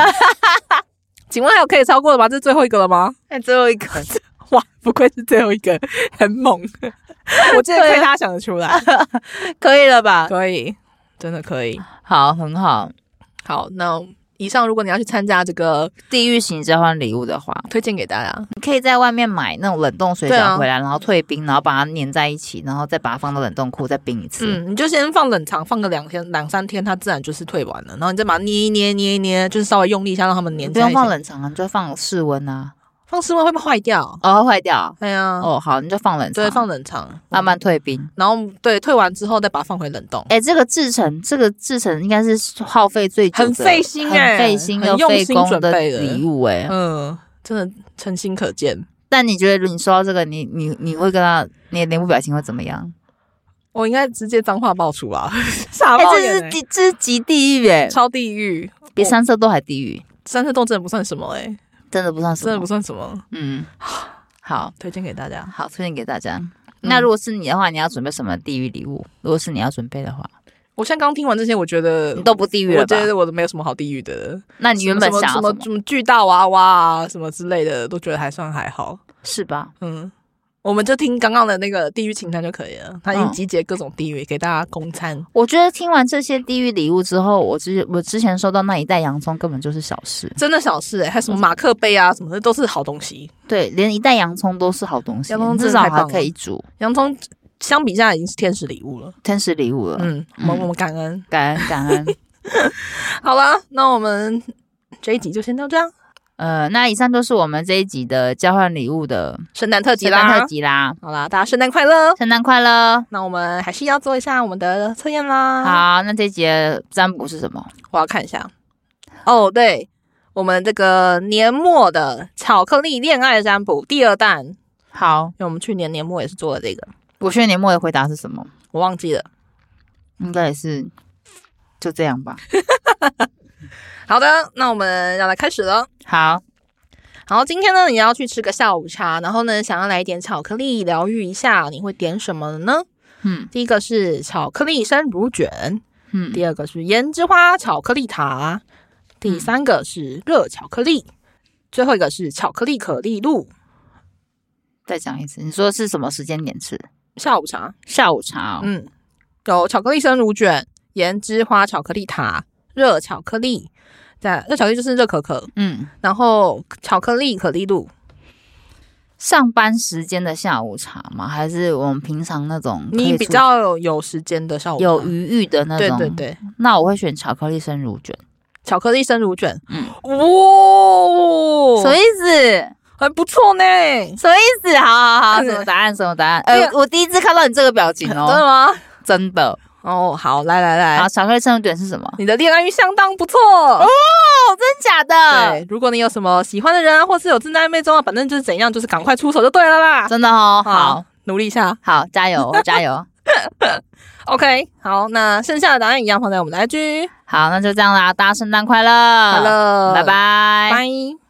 Speaker 1: 请问还有可以超过的吗？这是最后一个了吗？
Speaker 2: 那哎最后一个，
Speaker 1: 哇，不愧是最后一个， 很猛。我真的
Speaker 2: 对
Speaker 1: 亏他想得出来，
Speaker 2: 可以了吧？
Speaker 1: 可以，真的可以。
Speaker 2: 好，很好。
Speaker 1: 好，那以上如果你要去参加这个，
Speaker 2: 地域型交换礼物的话，
Speaker 1: 推荐给大家。
Speaker 2: 你可以在外面买那种冷冻水
Speaker 1: 对啊
Speaker 2: 饺回来，然后退冰，然后把它粘在一起，然后再把它放到冷冻库再冰一次。
Speaker 1: 嗯，你就先放冷藏，放个两天两三天，它自然就是退完了。然后你再把它捏一捏捏一捏，就是稍微用力一下，让它们
Speaker 2: 你
Speaker 1: 粘
Speaker 2: 不
Speaker 1: 在一
Speaker 2: 用
Speaker 1: 起。
Speaker 2: 放冷藏啊，你就放室温啊。
Speaker 1: 放室温会不会坏掉？
Speaker 2: 哦，会坏掉啊。
Speaker 1: 对啊，
Speaker 2: 哦，好，你就放冷藏，
Speaker 1: 对，放冷藏，
Speaker 2: 慢慢退冰。
Speaker 1: 然后对退完之后再把它放回冷冻。
Speaker 2: 哎，这个制成，这个制成应该是耗费最久的
Speaker 1: 很费心
Speaker 2: 很
Speaker 1: 哎
Speaker 2: 费心
Speaker 1: 很
Speaker 2: 又
Speaker 1: 用
Speaker 2: 费
Speaker 1: 心
Speaker 2: 工
Speaker 1: 准
Speaker 2: 的
Speaker 1: 备的
Speaker 2: 礼物哎。
Speaker 1: 嗯，真的诚心可见。
Speaker 2: 但你觉得你收到这个，你你你会跟他，你的脸部表情会怎么样？
Speaker 1: 我应该直接脏话爆出吧， 傻
Speaker 2: 哎，
Speaker 1: 爆
Speaker 2: 这
Speaker 1: 眼
Speaker 2: 是
Speaker 1: 欸、
Speaker 2: 地，这是极地狱哎，
Speaker 1: 超地狱，
Speaker 2: 比三色豆还地狱，
Speaker 1: 三色豆真的不算什么哎、
Speaker 2: 真的不算什么，
Speaker 1: 真的不算什么。
Speaker 2: 嗯，好
Speaker 1: 哦推荐给大家。
Speaker 2: 好推荐给大
Speaker 1: 嗯
Speaker 2: 家。那如果是你的话，你要准备什么地狱礼物？如果是你要准备的话，
Speaker 1: 我现在刚听完这些，我觉得
Speaker 2: 你都不地狱
Speaker 1: 我
Speaker 2: 了吧
Speaker 1: 觉？得我都没有什么好地狱的。
Speaker 2: 那你原本想要
Speaker 1: 什
Speaker 2: 什
Speaker 1: 么
Speaker 2: 么？
Speaker 1: 什么巨大娃娃啊，什么之类的，都觉得还算还好。
Speaker 2: 是吧？
Speaker 1: 嗯，我们就听刚刚的那个地狱清单就可以了，它已经
Speaker 2: 嗯
Speaker 1: 集结各种地狱给大家供餐。
Speaker 2: 我觉得听完这些地狱礼物之后，我之我之前收到那一袋洋葱根本就是小事，
Speaker 1: 真的小事哎、还有什么马克杯啊，什么的都是好东西。
Speaker 2: 对，连一袋洋葱都是好东西，
Speaker 1: 洋葱真
Speaker 2: 至
Speaker 1: 的
Speaker 2: 少
Speaker 1: 太棒
Speaker 2: 还
Speaker 1: 了
Speaker 2: 可以煮
Speaker 1: 洋葱相比下已经是天使礼物了。
Speaker 2: 天使礼物了。
Speaker 1: 嗯，我们
Speaker 2: 嗯
Speaker 1: 我们感恩。
Speaker 2: 感恩感恩，
Speaker 1: 好啦，那我们这一集就先到这样，
Speaker 2: 呃，那以上就是我们这一集的交换礼物的
Speaker 1: 圣诞特辑
Speaker 2: 圣诞
Speaker 1: 啦。
Speaker 2: 特辑啦，
Speaker 1: 好啦，大家圣诞快乐！哦
Speaker 2: 圣诞快乐！
Speaker 1: 那我们还是要做一下我们的测验啦。，
Speaker 2: 好，那这一节占卜是什么？
Speaker 1: 我要看一下。哦，对，我们这个年末的巧克力恋爱占卜第二弹，因
Speaker 2: 好，
Speaker 1: 为我们去年年末也是做了这个，
Speaker 2: 我去年末的回答是什么？
Speaker 1: 我忘记了。
Speaker 2: 应该也是就这样吧。
Speaker 1: 好的，那我们要来开始了。
Speaker 2: 好，
Speaker 1: 然后今天呢，你要去吃个下午茶，然后呢，想要来一点巧克力疗愈一下，你会点什么呢？
Speaker 2: 嗯
Speaker 1: 第一个是巧克力生乳卷，
Speaker 2: 嗯，
Speaker 1: 第二个是胭脂花巧克力塔，第三个是热巧克力，最后一个是巧克力可丽露
Speaker 2: 再讲一次，你说是什么时间点吃？
Speaker 1: 下午茶。
Speaker 2: 下午茶哦、
Speaker 1: 嗯，有巧克力生乳卷、盐之花巧克力塔、热巧克力，在热巧克力就是热可可，
Speaker 2: 嗯，
Speaker 1: 然后巧克力可丽露。
Speaker 2: 上班时间的下午茶吗？还是我们平常那种可以
Speaker 1: 你比
Speaker 2: 出
Speaker 1: 较有有时间的下午茶
Speaker 2: 有余裕的那
Speaker 1: 对
Speaker 2: 种？
Speaker 1: 对。对，
Speaker 2: 那我会选巧克力生乳卷，
Speaker 1: 巧克力生乳卷，
Speaker 2: 嗯
Speaker 1: 哇、
Speaker 2: 什么意思？
Speaker 1: 还不错呢。
Speaker 2: 什么意思？好好好，什么答案？什么答案？
Speaker 1: 对
Speaker 2: 呃
Speaker 1: 啊，
Speaker 2: 我第一次看到你这个表 情
Speaker 1: 真的
Speaker 2: 哦，
Speaker 1: 吗？
Speaker 2: 真的。
Speaker 1: 哦，好，来来来
Speaker 2: 好，，巧克力生乳卷是什么？
Speaker 1: 你的恋爱运相当不错。
Speaker 2: 哦，真假的？
Speaker 1: 对，如果你有什么喜欢的人啊，或是有正在暧昧中啊，反正就是怎样，就是赶快出手就对了啦。啊
Speaker 2: 真的哦。好，
Speaker 1: 努力一下。
Speaker 2: 好，加油，加油。
Speaker 1: OK，好，那剩下的答案一样放在我们的 IG。
Speaker 2: 好，那就这样啦，大家圣诞快乐！
Speaker 1: 好了，
Speaker 2: 拜拜，
Speaker 1: 拜。